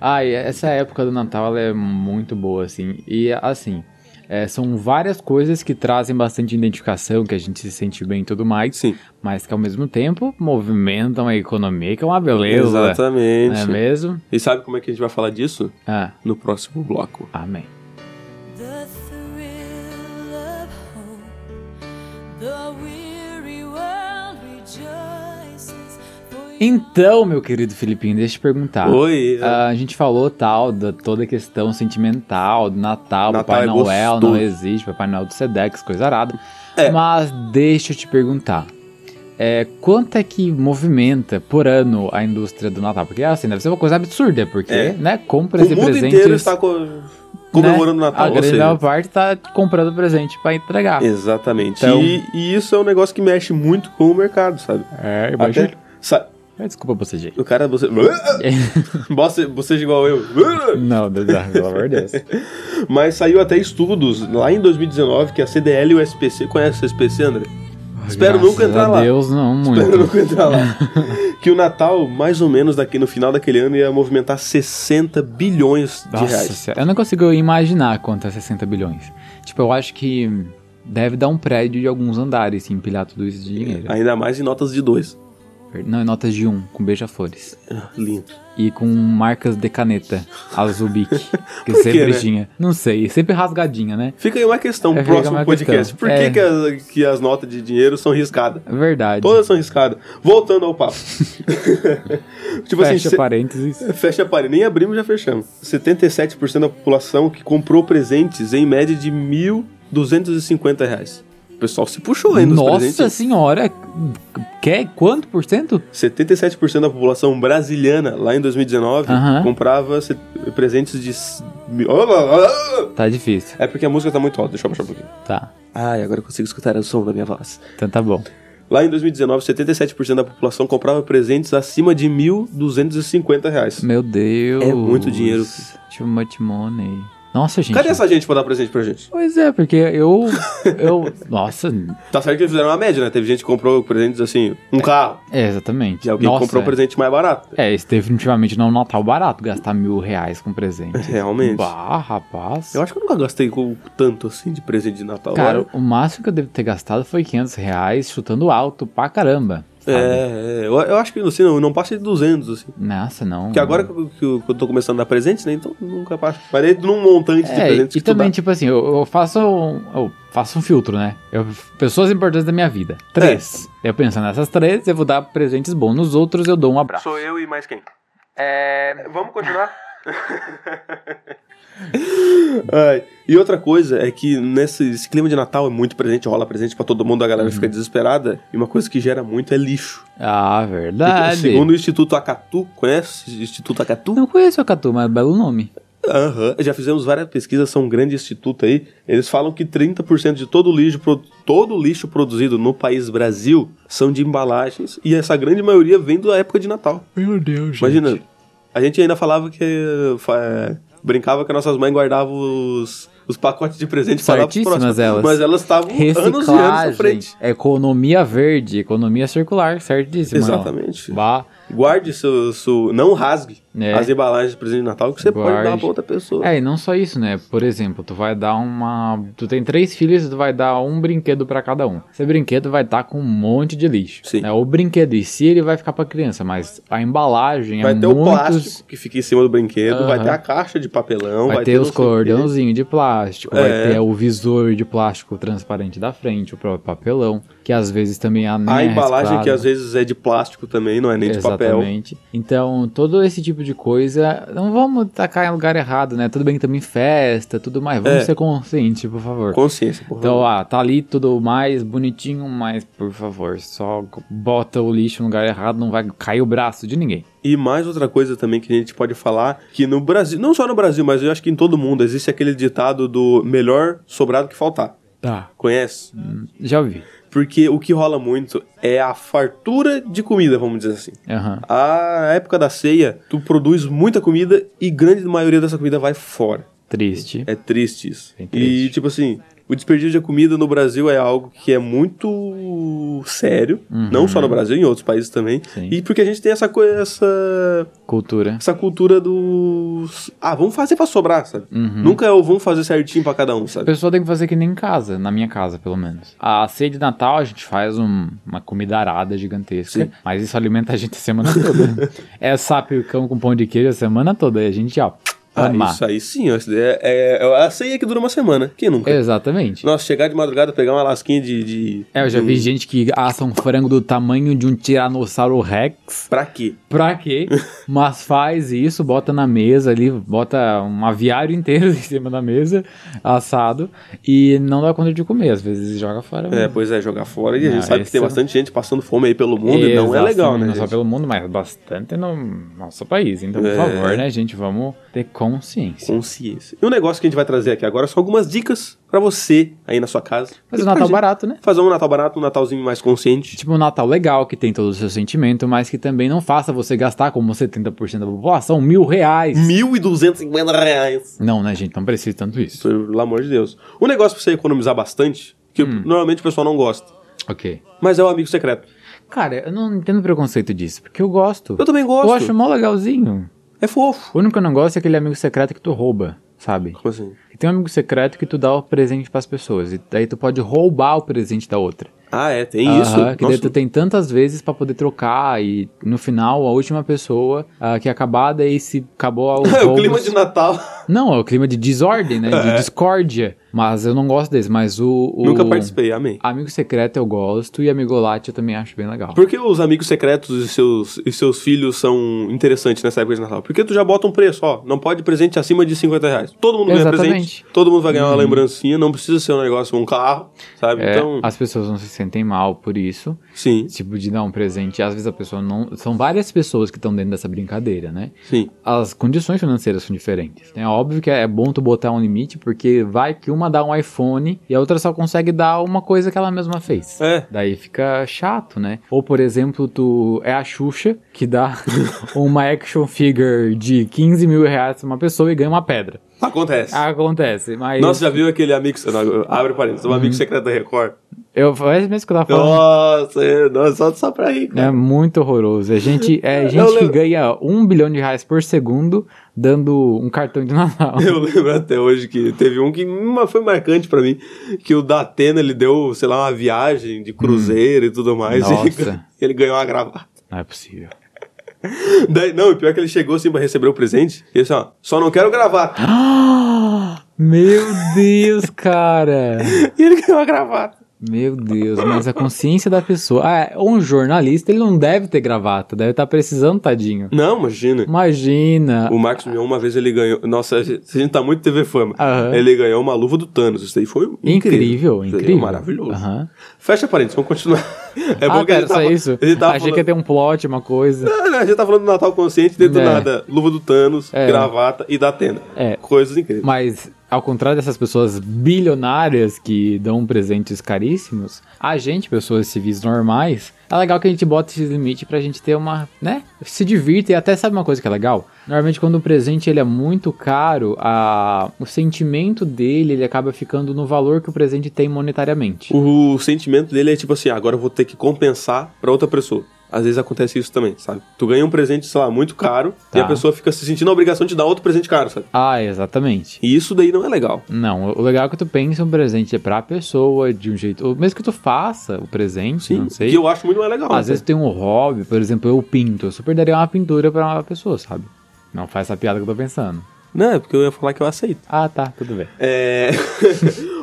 Speaker 2: Ai, essa época do Natal ela é muito boa, assim. E, assim, é, são várias coisas que trazem bastante identificação, que a gente se sente bem e tudo mais.
Speaker 3: Sim.
Speaker 2: Mas que, ao mesmo tempo, movimentam a economia, que é uma beleza. Não
Speaker 3: Exatamente.
Speaker 2: é mesmo?
Speaker 3: e sabe como é que a gente vai falar disso?
Speaker 2: Ah,
Speaker 3: No próximo bloco.
Speaker 2: amém.
Speaker 4: The thrill of hope, the weary world rejoices. For
Speaker 2: Então, meu querido Filipinho, deixa eu te perguntar.
Speaker 3: Oi. é,
Speaker 2: Ah, a gente falou tal, da toda a questão sentimental, do Natal,
Speaker 3: Natal
Speaker 2: Papai
Speaker 3: é
Speaker 2: Noel
Speaker 3: gostoso.
Speaker 2: não existe, Papai Noel do Sedex, coisa arada.
Speaker 3: É.
Speaker 2: Mas deixa eu te perguntar. É, quanto é que movimenta por ano a indústria do Natal? Porque assim, deve ser uma coisa absurda, porque,
Speaker 3: É.
Speaker 2: né, compras
Speaker 3: o
Speaker 2: e
Speaker 3: mundo
Speaker 2: presentes.
Speaker 3: inteiro está co- comemorando o
Speaker 2: né,
Speaker 3: Natal.
Speaker 2: A
Speaker 3: ou
Speaker 2: grande
Speaker 3: seja,
Speaker 2: maior parte tá comprando presente pra entregar.
Speaker 3: Exatamente.
Speaker 2: Então-
Speaker 3: E, e isso é um negócio que mexe muito com o mercado, sabe?
Speaker 2: É,
Speaker 3: Até, sa-
Speaker 2: É, Desculpa você, gente.
Speaker 3: o cara, você. Boce- Boceja igual eu.
Speaker 2: Não, Deus, pelo amor de Deus.
Speaker 3: Mas saiu até estudos lá em 2019 que a CDL e o SPC. Conhece o SPC, André? Espero
Speaker 2: Graças
Speaker 3: nunca entrar
Speaker 2: a
Speaker 3: lá.
Speaker 2: Deus, não, muito.
Speaker 3: Espero nunca entrar lá. que o Natal, mais ou menos daqui no final daquele ano, ia movimentar 60 bilhões de
Speaker 2: Nossa,
Speaker 3: reais.
Speaker 2: senhora, eu não consigo imaginar quanto é 60 bilhões. Tipo, eu acho que deve dar um prédio de alguns andares se empilhar tudo isso de dinheiro.
Speaker 3: Ainda mais em notas de dois.
Speaker 2: Não, é notas de um, com beija-flores.
Speaker 3: Ah, Lindo.
Speaker 2: E com marcas de caneta azul bique, que
Speaker 3: Por quê,
Speaker 2: sempre
Speaker 3: né?
Speaker 2: tinha. Não sei, sempre rasgadinha, né?
Speaker 3: Fica aí uma questão
Speaker 2: É,
Speaker 3: pro
Speaker 2: fica
Speaker 3: próximo
Speaker 2: uma
Speaker 3: podcast.
Speaker 2: questão.
Speaker 3: Por
Speaker 2: É.
Speaker 3: que, que, as, que as notas de dinheiro são riscadas?
Speaker 2: É Verdade.
Speaker 3: Todas são riscadas. Voltando ao papo. tipo assim,
Speaker 2: Fecha
Speaker 3: se-
Speaker 2: parênteses.
Speaker 3: fecha a parede. Nem abrimos, já fechamos. 77% da população que comprou presentes em média de R$ 1.250 reais. O pessoal se puxou aí nos
Speaker 2: Nossa
Speaker 3: presentes.
Speaker 2: senhora! Quer quanto por cento?
Speaker 3: 77% da população brasileira, lá em 2019,
Speaker 2: Aham.
Speaker 3: comprava se- presentes de... s- mi- Olha lá, olha lá.
Speaker 2: Tá difícil,
Speaker 3: É porque a música tá muito alta, deixa eu baixar um pouquinho.
Speaker 2: tá.
Speaker 3: Ai, agora eu consigo escutar o som da minha voz.
Speaker 2: Então tá bom.
Speaker 3: Lá em 2019, 77% da população comprava presentes acima de R$ 1.250. reais.
Speaker 2: Meu Deus.
Speaker 3: É muito dinheiro.
Speaker 2: Too much money. Nossa, gente.
Speaker 3: Cadê essa gente pra dar presente pra gente?
Speaker 2: Pois é, porque eu. eu nossa,
Speaker 3: Tá certo que eles fizeram uma média, né? Teve gente que comprou presentes assim, um carro.
Speaker 2: é, exatamente.
Speaker 3: E alguém
Speaker 2: nossa,
Speaker 3: comprou um presente mais barato.
Speaker 2: É, isso definitivamente não é um Natal barato, gastar mil reais com presente.
Speaker 3: Realmente.
Speaker 2: Bah, rapaz.
Speaker 3: Eu acho que eu nunca gastei com tanto assim de presente de Natal.
Speaker 2: Cara, o máximo que eu devo ter gastado foi 500 reais chutando alto pra caramba. sabe?
Speaker 3: é, é, eu, eu acho que assim, não, não passa de 200, assim.
Speaker 2: Nossa, não.
Speaker 3: Porque agora que eu, que eu- que eu tô começando a dar presente, né? Então nunca passa. Parei num montante de
Speaker 2: É, e
Speaker 3: presentes que tu
Speaker 2: também,
Speaker 3: dá.
Speaker 2: tipo assim, eu, eu faço um, eu faço um filtro, né? Eu- pessoas importantes da minha vida.
Speaker 3: É.
Speaker 2: Três. Eu penso nessas três, eu vou dar presentes bons. Nos outros, eu dou um abraço.
Speaker 3: Sou eu e mais quem? É... Vamos continuar? Ai, e outra coisa é que nesse esse clima de Natal é muito presente, rola presente pra todo mundo, a
Speaker 2: Uhum.
Speaker 3: galera fica desesperada. E uma coisa que gera muito é lixo.
Speaker 2: Ah, verdade.
Speaker 3: Segundo o Instituto Acatu, conhece o Instituto Acatu?
Speaker 2: Não conheço a Catu, mas é belo nome.
Speaker 3: Aham, já fizemos várias pesquisas, são um grande instituto aí. Eles falam que 30% de todo o lixo, pro- todo o lixo produzido no país Brasil são de embalagens e essa grande maioria vem da época de Natal.
Speaker 2: Meu Deus,
Speaker 3: Imagina, a gente ainda falava que eh, fa- brincava que as nossas mães guardavam os, os pacotes de presente para dar pros
Speaker 2: Certíssimas
Speaker 3: próximos,
Speaker 2: elas.
Speaker 3: mas elas estavam anos e anos à
Speaker 2: Reciclagem,
Speaker 3: frente.
Speaker 2: economia verde, economia circular, certíssimo. irmão.
Speaker 3: Exatamente.
Speaker 2: Bah,
Speaker 3: Guarde seu, seu não rasgue.
Speaker 2: É.
Speaker 3: as embalagens de presente de Natal que você pode
Speaker 2: Guarde.
Speaker 3: dar pra outra pessoa.
Speaker 2: É, e não só isso, né? Por exemplo, tu vai dar uma. Tu tem três filhos, tu vai dar um brinquedo pra cada um. Esse brinquedo vai estar com um monte de lixo.
Speaker 3: Sim.
Speaker 2: Né? O brinquedo em si ele vai ficar pra criança, mas a embalagem
Speaker 3: Vai
Speaker 2: é
Speaker 3: ter o
Speaker 2: muitos...
Speaker 3: plástico que fica em cima do brinquedo, vai
Speaker 2: Aham.
Speaker 3: ter a caixa de papelão,
Speaker 2: Vai,
Speaker 3: vai,
Speaker 2: ter, os
Speaker 3: não sei o quê.
Speaker 2: cordãozinhos de plástico,
Speaker 3: É.
Speaker 2: vai ter o visor de plástico transparente da frente, o próprio papelão, que às vezes também a
Speaker 3: A embalagem que às vezes é de plástico também, não é nem de papel.
Speaker 2: Exatamente. Então, todo esse tipo de coisa, não vamos tacar em lugar errado, né? Tudo bem que também festa, tudo mais. Vamos
Speaker 3: É.
Speaker 2: ser conscientes, por favor.
Speaker 3: Consciência, por
Speaker 2: Então,
Speaker 3: favor.
Speaker 2: ah, tá ali tudo mais bonitinho, mas por favor, só bota o lixo no lugar errado, não vai cair o braço de ninguém.
Speaker 3: E mais outra coisa também que a gente pode falar, que no Brasil, não só no Brasil, mas eu acho que em todo mundo, existe aquele ditado do melhor sobrado que faltar.
Speaker 2: Tá.
Speaker 3: Conhece?
Speaker 2: Já vi.
Speaker 3: Porque o que rola muito é a fartura de comida, vamos dizer assim.
Speaker 2: Aham.
Speaker 3: A época da ceia, tu produz muita comida e grande maioria dessa comida vai fora.
Speaker 2: Triste.
Speaker 3: É triste isso.
Speaker 2: Bem triste.
Speaker 3: E, tipo assim, o desperdício de comida no Brasil é algo que é muito sério. Não só no Brasil, em outros países também.
Speaker 2: Uhum. Sim.
Speaker 3: E porque a gente tem essa, co- essa,
Speaker 2: Cultura.
Speaker 3: essa cultura dos. Ah, vamos fazer pra sobrar, sabe?
Speaker 2: Uhum.
Speaker 3: Nunca é o vamos fazer certinho pra cada um,
Speaker 2: A
Speaker 3: sabe?
Speaker 2: pessoa tem que fazer que nem em casa, na minha casa, pelo menos. A ceia de Natal, a gente faz um- uma comida arada gigantesca,
Speaker 3: Sim.
Speaker 2: mas isso alimenta a gente a semana toda. é sapicão com pão de queijo a semana toda, e a gente, ó,
Speaker 3: Ah,
Speaker 2: ama.
Speaker 3: isso é aí sim, ó, isso daí é, é, é a ceia que dura uma semana. Quem nunca?
Speaker 2: Exatamente.
Speaker 3: Nossa, chegar de madrugada, pegar uma lasquinha de. de
Speaker 2: É, eu já
Speaker 3: de- um
Speaker 2: vi gente que assa um frango do tamanho de um Tiranossauro Rex.
Speaker 3: Pra quê?
Speaker 2: Pra quê? Mas faz isso, bota na mesa ali, bota um aviário inteiro em cima da mesa, assado, e não dá conta de comer. Às vezes joga fora.
Speaker 3: É, pois é, jogar fora. E a
Speaker 2: Não,
Speaker 3: gente sabe que
Speaker 2: esse
Speaker 3: tem
Speaker 2: é um-
Speaker 3: bastante gente passando fome aí pelo mundo e não é
Speaker 2: Exatamente,
Speaker 3: legal, né?
Speaker 2: Não só
Speaker 3: gente?
Speaker 2: pelo mundo, mas bastante no nosso país. Então, por
Speaker 3: É.
Speaker 2: favor, né, gente, vamos ter consciência.
Speaker 3: Consciência. E um negócio que a gente vai trazer aqui agora são algumas dicas pra você aí na sua casa.
Speaker 2: Mas
Speaker 3: E
Speaker 2: o
Speaker 3: pra
Speaker 2: Natal
Speaker 3: gente.
Speaker 2: barato, né?
Speaker 3: Fazer um Natal barato, um Natalzinho mais consciente.
Speaker 2: Tipo um Natal legal, que tem todo o seu sentimento, mas que também não faça você gastar, como 70% da população, mil reais.
Speaker 3: R$ 1.250 reais.
Speaker 2: Não, né, gente? Não precisa tanto isso.
Speaker 3: Pelo amor de Deus. Um negócio pra você economizar bastante, que
Speaker 2: Hum.
Speaker 3: normalmente o pessoal não gosta,
Speaker 2: Ok.
Speaker 3: mas é o amigo secreto.
Speaker 2: Cara, eu não entendo o preconceito disso, porque eu gosto.
Speaker 3: Eu também gosto.
Speaker 2: Eu acho mó legalzinho.
Speaker 3: É fofo.
Speaker 2: O único que eu não gosto é aquele amigo secreto que tu rouba, sabe?
Speaker 3: Como assim?
Speaker 2: E tem um amigo secreto que tu dá o presente pras pessoas, e daí tu pode roubar o presente da outra.
Speaker 3: Ah, é, tem isso.
Speaker 2: Aham, que daí
Speaker 3: Nossa,
Speaker 2: tu tem tantas vezes pra poder trocar e no final a última pessoa ah, que é acabada e se acabou os
Speaker 3: o
Speaker 2: roubos.
Speaker 3: clima de Natal.
Speaker 2: Não, é o clima de desordem, né? De discórdia. Mas eu não gosto desse, mas o, o-
Speaker 3: Nunca participei, amém.
Speaker 2: Amigo secreto eu gosto e amigolate eu também acho bem legal.
Speaker 3: Por que os amigos secretos e seus, e seus filhos são interessantes nessa época de Natal? Porque tu já bota um preço, ó. Não pode presente acima de 50 reais. Todo mundo ganha
Speaker 2: Exatamente.
Speaker 3: presente. Todo mundo vai ganhar uma lembrancinha. Não precisa ser um negócio, um carro, sabe?
Speaker 2: É,
Speaker 3: então,
Speaker 2: As pessoas não se sentem mal por isso.
Speaker 3: sim,
Speaker 2: Tipo, de dar um presente. Às vezes a pessoa não. São várias pessoas que estão dentro dessa brincadeira, né?
Speaker 3: sim.
Speaker 2: as condições financeiras são diferentes. É óbvio que é bom tu botar um limite, porque vai que uma dá um iPhone e a outra só consegue dar uma coisa que ela mesma fez.
Speaker 3: É.
Speaker 2: Daí fica chato, né? Ou, por exemplo, tu é a Xuxa que dá uma action figure de 15 mil reais pra uma pessoa e ganha uma pedra.
Speaker 3: Acontece.
Speaker 2: Ah, Acontece, mas.
Speaker 3: Nossa, já viu aquele amigo. não, abre parênteses, um amigo secreto da Record.
Speaker 2: Eu, é isso mesmo que eu tava falando.
Speaker 3: Nossa, é, nossa, só, só pra rir, cara.
Speaker 2: É muito horroroso. É gente, é gente que
Speaker 3: lembro.
Speaker 2: ganha um bilhão de reais por segundo dando um cartão de Natal.
Speaker 3: Eu lembro até hoje que teve um que uma, foi marcante pra mim, que o Datena, ele deu, sei lá, uma viagem de cruzeiro e tudo mais, e ele,
Speaker 2: Hum. Nossa.
Speaker 3: gan- ele ganhou uma gravata.
Speaker 2: Não é possível.
Speaker 3: Daí, não, e pior que ele chegou assim pra receber o presente, e ele assim, ó, só não quero gravata.
Speaker 2: Ah, Meu Deus, cara!
Speaker 3: E ele ganhou uma gravata.
Speaker 2: Meu Deus, mas a consciência da pessoa. Ah, é, um jornalista, ele não deve ter gravata, deve estar precisando, tadinho.
Speaker 3: Não, imagina.
Speaker 2: Imagina.
Speaker 3: O Marcos Mion, uma vez ele ganhou. Nossa, a gente a gente tá muito TV fama.
Speaker 2: Aham.
Speaker 3: Ele ganhou uma luva do Thanos. Isso daí foi incrível.
Speaker 2: Incrível,
Speaker 3: Isso daí é
Speaker 2: incrível.
Speaker 3: Maravilhoso.
Speaker 2: Aham.
Speaker 3: Fecha parênteses, vamos continuar. É
Speaker 2: ah,
Speaker 3: que a
Speaker 2: pera,
Speaker 3: gente
Speaker 2: só
Speaker 3: tava-
Speaker 2: isso.
Speaker 3: A gente tava
Speaker 2: Achei
Speaker 3: falando...
Speaker 2: que ia ter um plot, uma coisa.
Speaker 3: Não, não, a gente tá falando do Natal consciente, dentro
Speaker 2: É.
Speaker 3: do nada, luva do Thanos,
Speaker 2: É.
Speaker 3: gravata e da tenda.
Speaker 2: É.
Speaker 3: Coisas incríveis.
Speaker 2: Mas, ao contrário dessas pessoas bilionárias que dão presentes caríssimos, a gente, pessoas civis normais, é legal que a gente bota esse limite pra gente ter uma, né? Se divirta e até sabe uma coisa que é legal? Normalmente quando o presente ele é muito caro, a... o sentimento dele ele acaba ficando no valor que o presente tem monetariamente.
Speaker 3: O sentimento dele é tipo assim, agora eu vou ter que compensar pra outra pessoa. Às vezes acontece isso também, sabe? Tu ganha um presente, sei lá, muito caro e
Speaker 2: Tá.
Speaker 3: a pessoa fica se sentindo a obrigação de dar outro presente caro, sabe?
Speaker 2: Ah, exatamente.
Speaker 3: E isso daí não é legal.
Speaker 2: Não, o legal é que tu pensa um presente pra pessoa de um jeito. ou Mesmo que tu faça o presente,
Speaker 3: Sim,
Speaker 2: não sei.
Speaker 3: que eu acho muito mais legal. né?
Speaker 2: Às vezes tem um hobby, por exemplo, eu pinto. Eu super daria uma pintura pra uma pessoa, sabe? Não faz essa piada que eu tô pensando.
Speaker 3: Não, é porque eu ia falar que eu aceito.
Speaker 2: Ah, tá, tudo bem.
Speaker 3: É...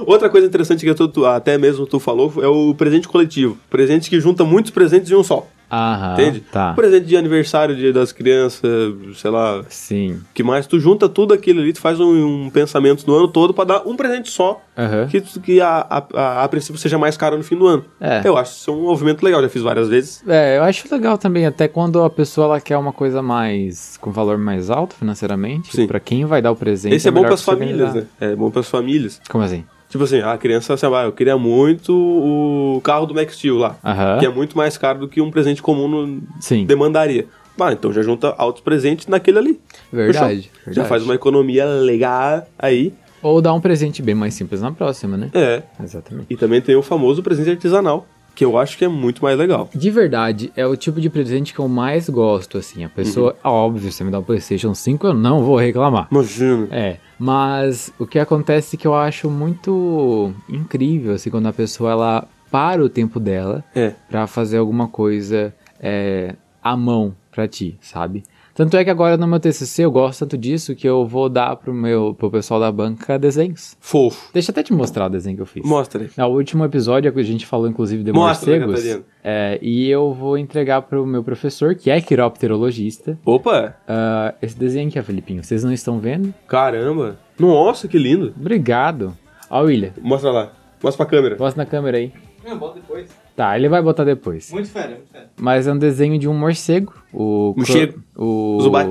Speaker 3: Outra coisa interessante que tu- tu- até mesmo tu falou é o presente coletivo. Presente que junta muitos presentes em um só,
Speaker 2: Aham.
Speaker 3: entende?
Speaker 2: Tá.
Speaker 3: Presente de aniversário de- das crianças, sei lá,
Speaker 2: Sim.
Speaker 3: que mais. Tu junta tudo aquilo ali, tu faz um, um pensamento no ano todo pra dar um presente só.
Speaker 2: Aham.
Speaker 3: Que, tu- que a, a, a- a princípio seja mais caro no fim do ano.
Speaker 2: É.
Speaker 3: Eu acho isso um movimento legal, já fiz várias vezes.
Speaker 2: É, eu acho legal também, até quando a pessoa ela quer uma coisa mais. com valor mais alto financeiramente.
Speaker 3: Sim.
Speaker 2: Pra quem vai dar o presente.
Speaker 3: Esse é, bom
Speaker 2: melhor
Speaker 3: pras
Speaker 2: você
Speaker 3: famílias,
Speaker 2: organizar.
Speaker 3: né? É bom pras famílias.
Speaker 2: Como assim?
Speaker 3: Tipo assim, a criança, sei lá, eu queria muito o carro do Max Steel lá.
Speaker 2: Aham.
Speaker 3: Que é muito mais caro do que um presente comum no-
Speaker 2: Sim.
Speaker 3: demandaria. Ah, então já junta altos presentes naquele ali.
Speaker 2: Verdade,
Speaker 3: Fechou? Já
Speaker 2: verdade.
Speaker 3: faz uma economia legal aí.
Speaker 2: Ou dar um presente bem mais simples na próxima, né?
Speaker 3: É.
Speaker 2: Exatamente.
Speaker 3: E também tem o famoso presente artesanal, que eu acho que é muito mais legal.
Speaker 2: De verdade, é o tipo de presente que eu mais gosto, assim. A pessoa,
Speaker 3: Uhum.
Speaker 2: óbvio, você me dá um PlayStation 5, eu não vou reclamar.
Speaker 3: Imagina.
Speaker 2: É, mas o que acontece é que eu acho muito incrível, assim, quando a pessoa ela para o tempo dela
Speaker 3: É.
Speaker 2: pra fazer alguma coisa é, à mão pra ti, sabe? Tanto é que agora no meu TCC eu gosto tanto disso que eu vou dar pro meu pro pessoal da banca desenhos.
Speaker 3: Fofo.
Speaker 2: Deixa eu até te mostrar o desenho que eu fiz.
Speaker 3: Mostra aí.
Speaker 2: No último episódio a gente falou inclusive de
Speaker 3: Mostra,
Speaker 2: morcegos.
Speaker 3: Catarina.
Speaker 2: É, e eu vou entregar pro meu professor, que é quiropterologista,
Speaker 3: Opa!
Speaker 2: ah, esse desenho aqui, ó, Felipinho. Vocês não estão vendo?
Speaker 3: Caramba! Nossa, que lindo!
Speaker 2: Obrigado. Ó, William,
Speaker 3: Mostra lá. Mostra pra câmera.
Speaker 2: posta na câmera aí.
Speaker 6: Não, bota depois.
Speaker 2: Tá, ele vai botar depois.
Speaker 6: Muito fera, muito fera.
Speaker 2: Mas é um desenho de um morcego. O. cro-
Speaker 3: Morcego.
Speaker 2: O.
Speaker 3: Zubai.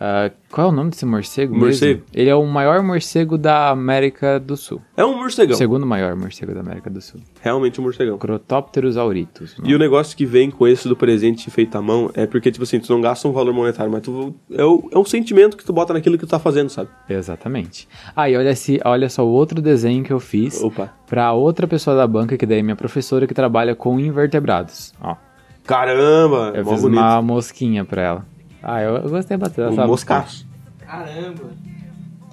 Speaker 2: ah, qual é o nome desse morcego? mesmo?
Speaker 3: Morcego.
Speaker 2: Ele é o maior morcego da América do Sul.
Speaker 3: É um
Speaker 2: O
Speaker 3: morcegão.
Speaker 2: segundo maior morcego da América do Sul.
Speaker 3: Realmente um morcegão.
Speaker 2: Crotópteros auritus. né?
Speaker 3: E o negócio que vem com esse do presente feito à mão é porque, tipo assim, tu não gasta um valor monetário, mas tu, é, o- é um sentimento que tu bota naquilo que tu tá fazendo, sabe?
Speaker 2: Exatamente. Aí olha, esse, olha só o outro desenho que eu fiz
Speaker 3: Opa.
Speaker 2: pra outra pessoa da banca, que daí é minha professora, que trabalha com invertebrados. Ó,
Speaker 3: Caramba!
Speaker 2: eu
Speaker 3: mó
Speaker 2: fiz
Speaker 3: bonito.
Speaker 2: uma mosquinha pra ela. Ah, eu, eu gostei bastante dessa
Speaker 3: Um moscaço.
Speaker 6: Caramba.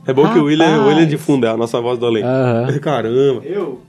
Speaker 3: É bom que o William, o
Speaker 2: Rapaz.
Speaker 3: William de fundo, é a nossa voz do além.
Speaker 2: Aham.
Speaker 3: Caramba!
Speaker 6: Eu?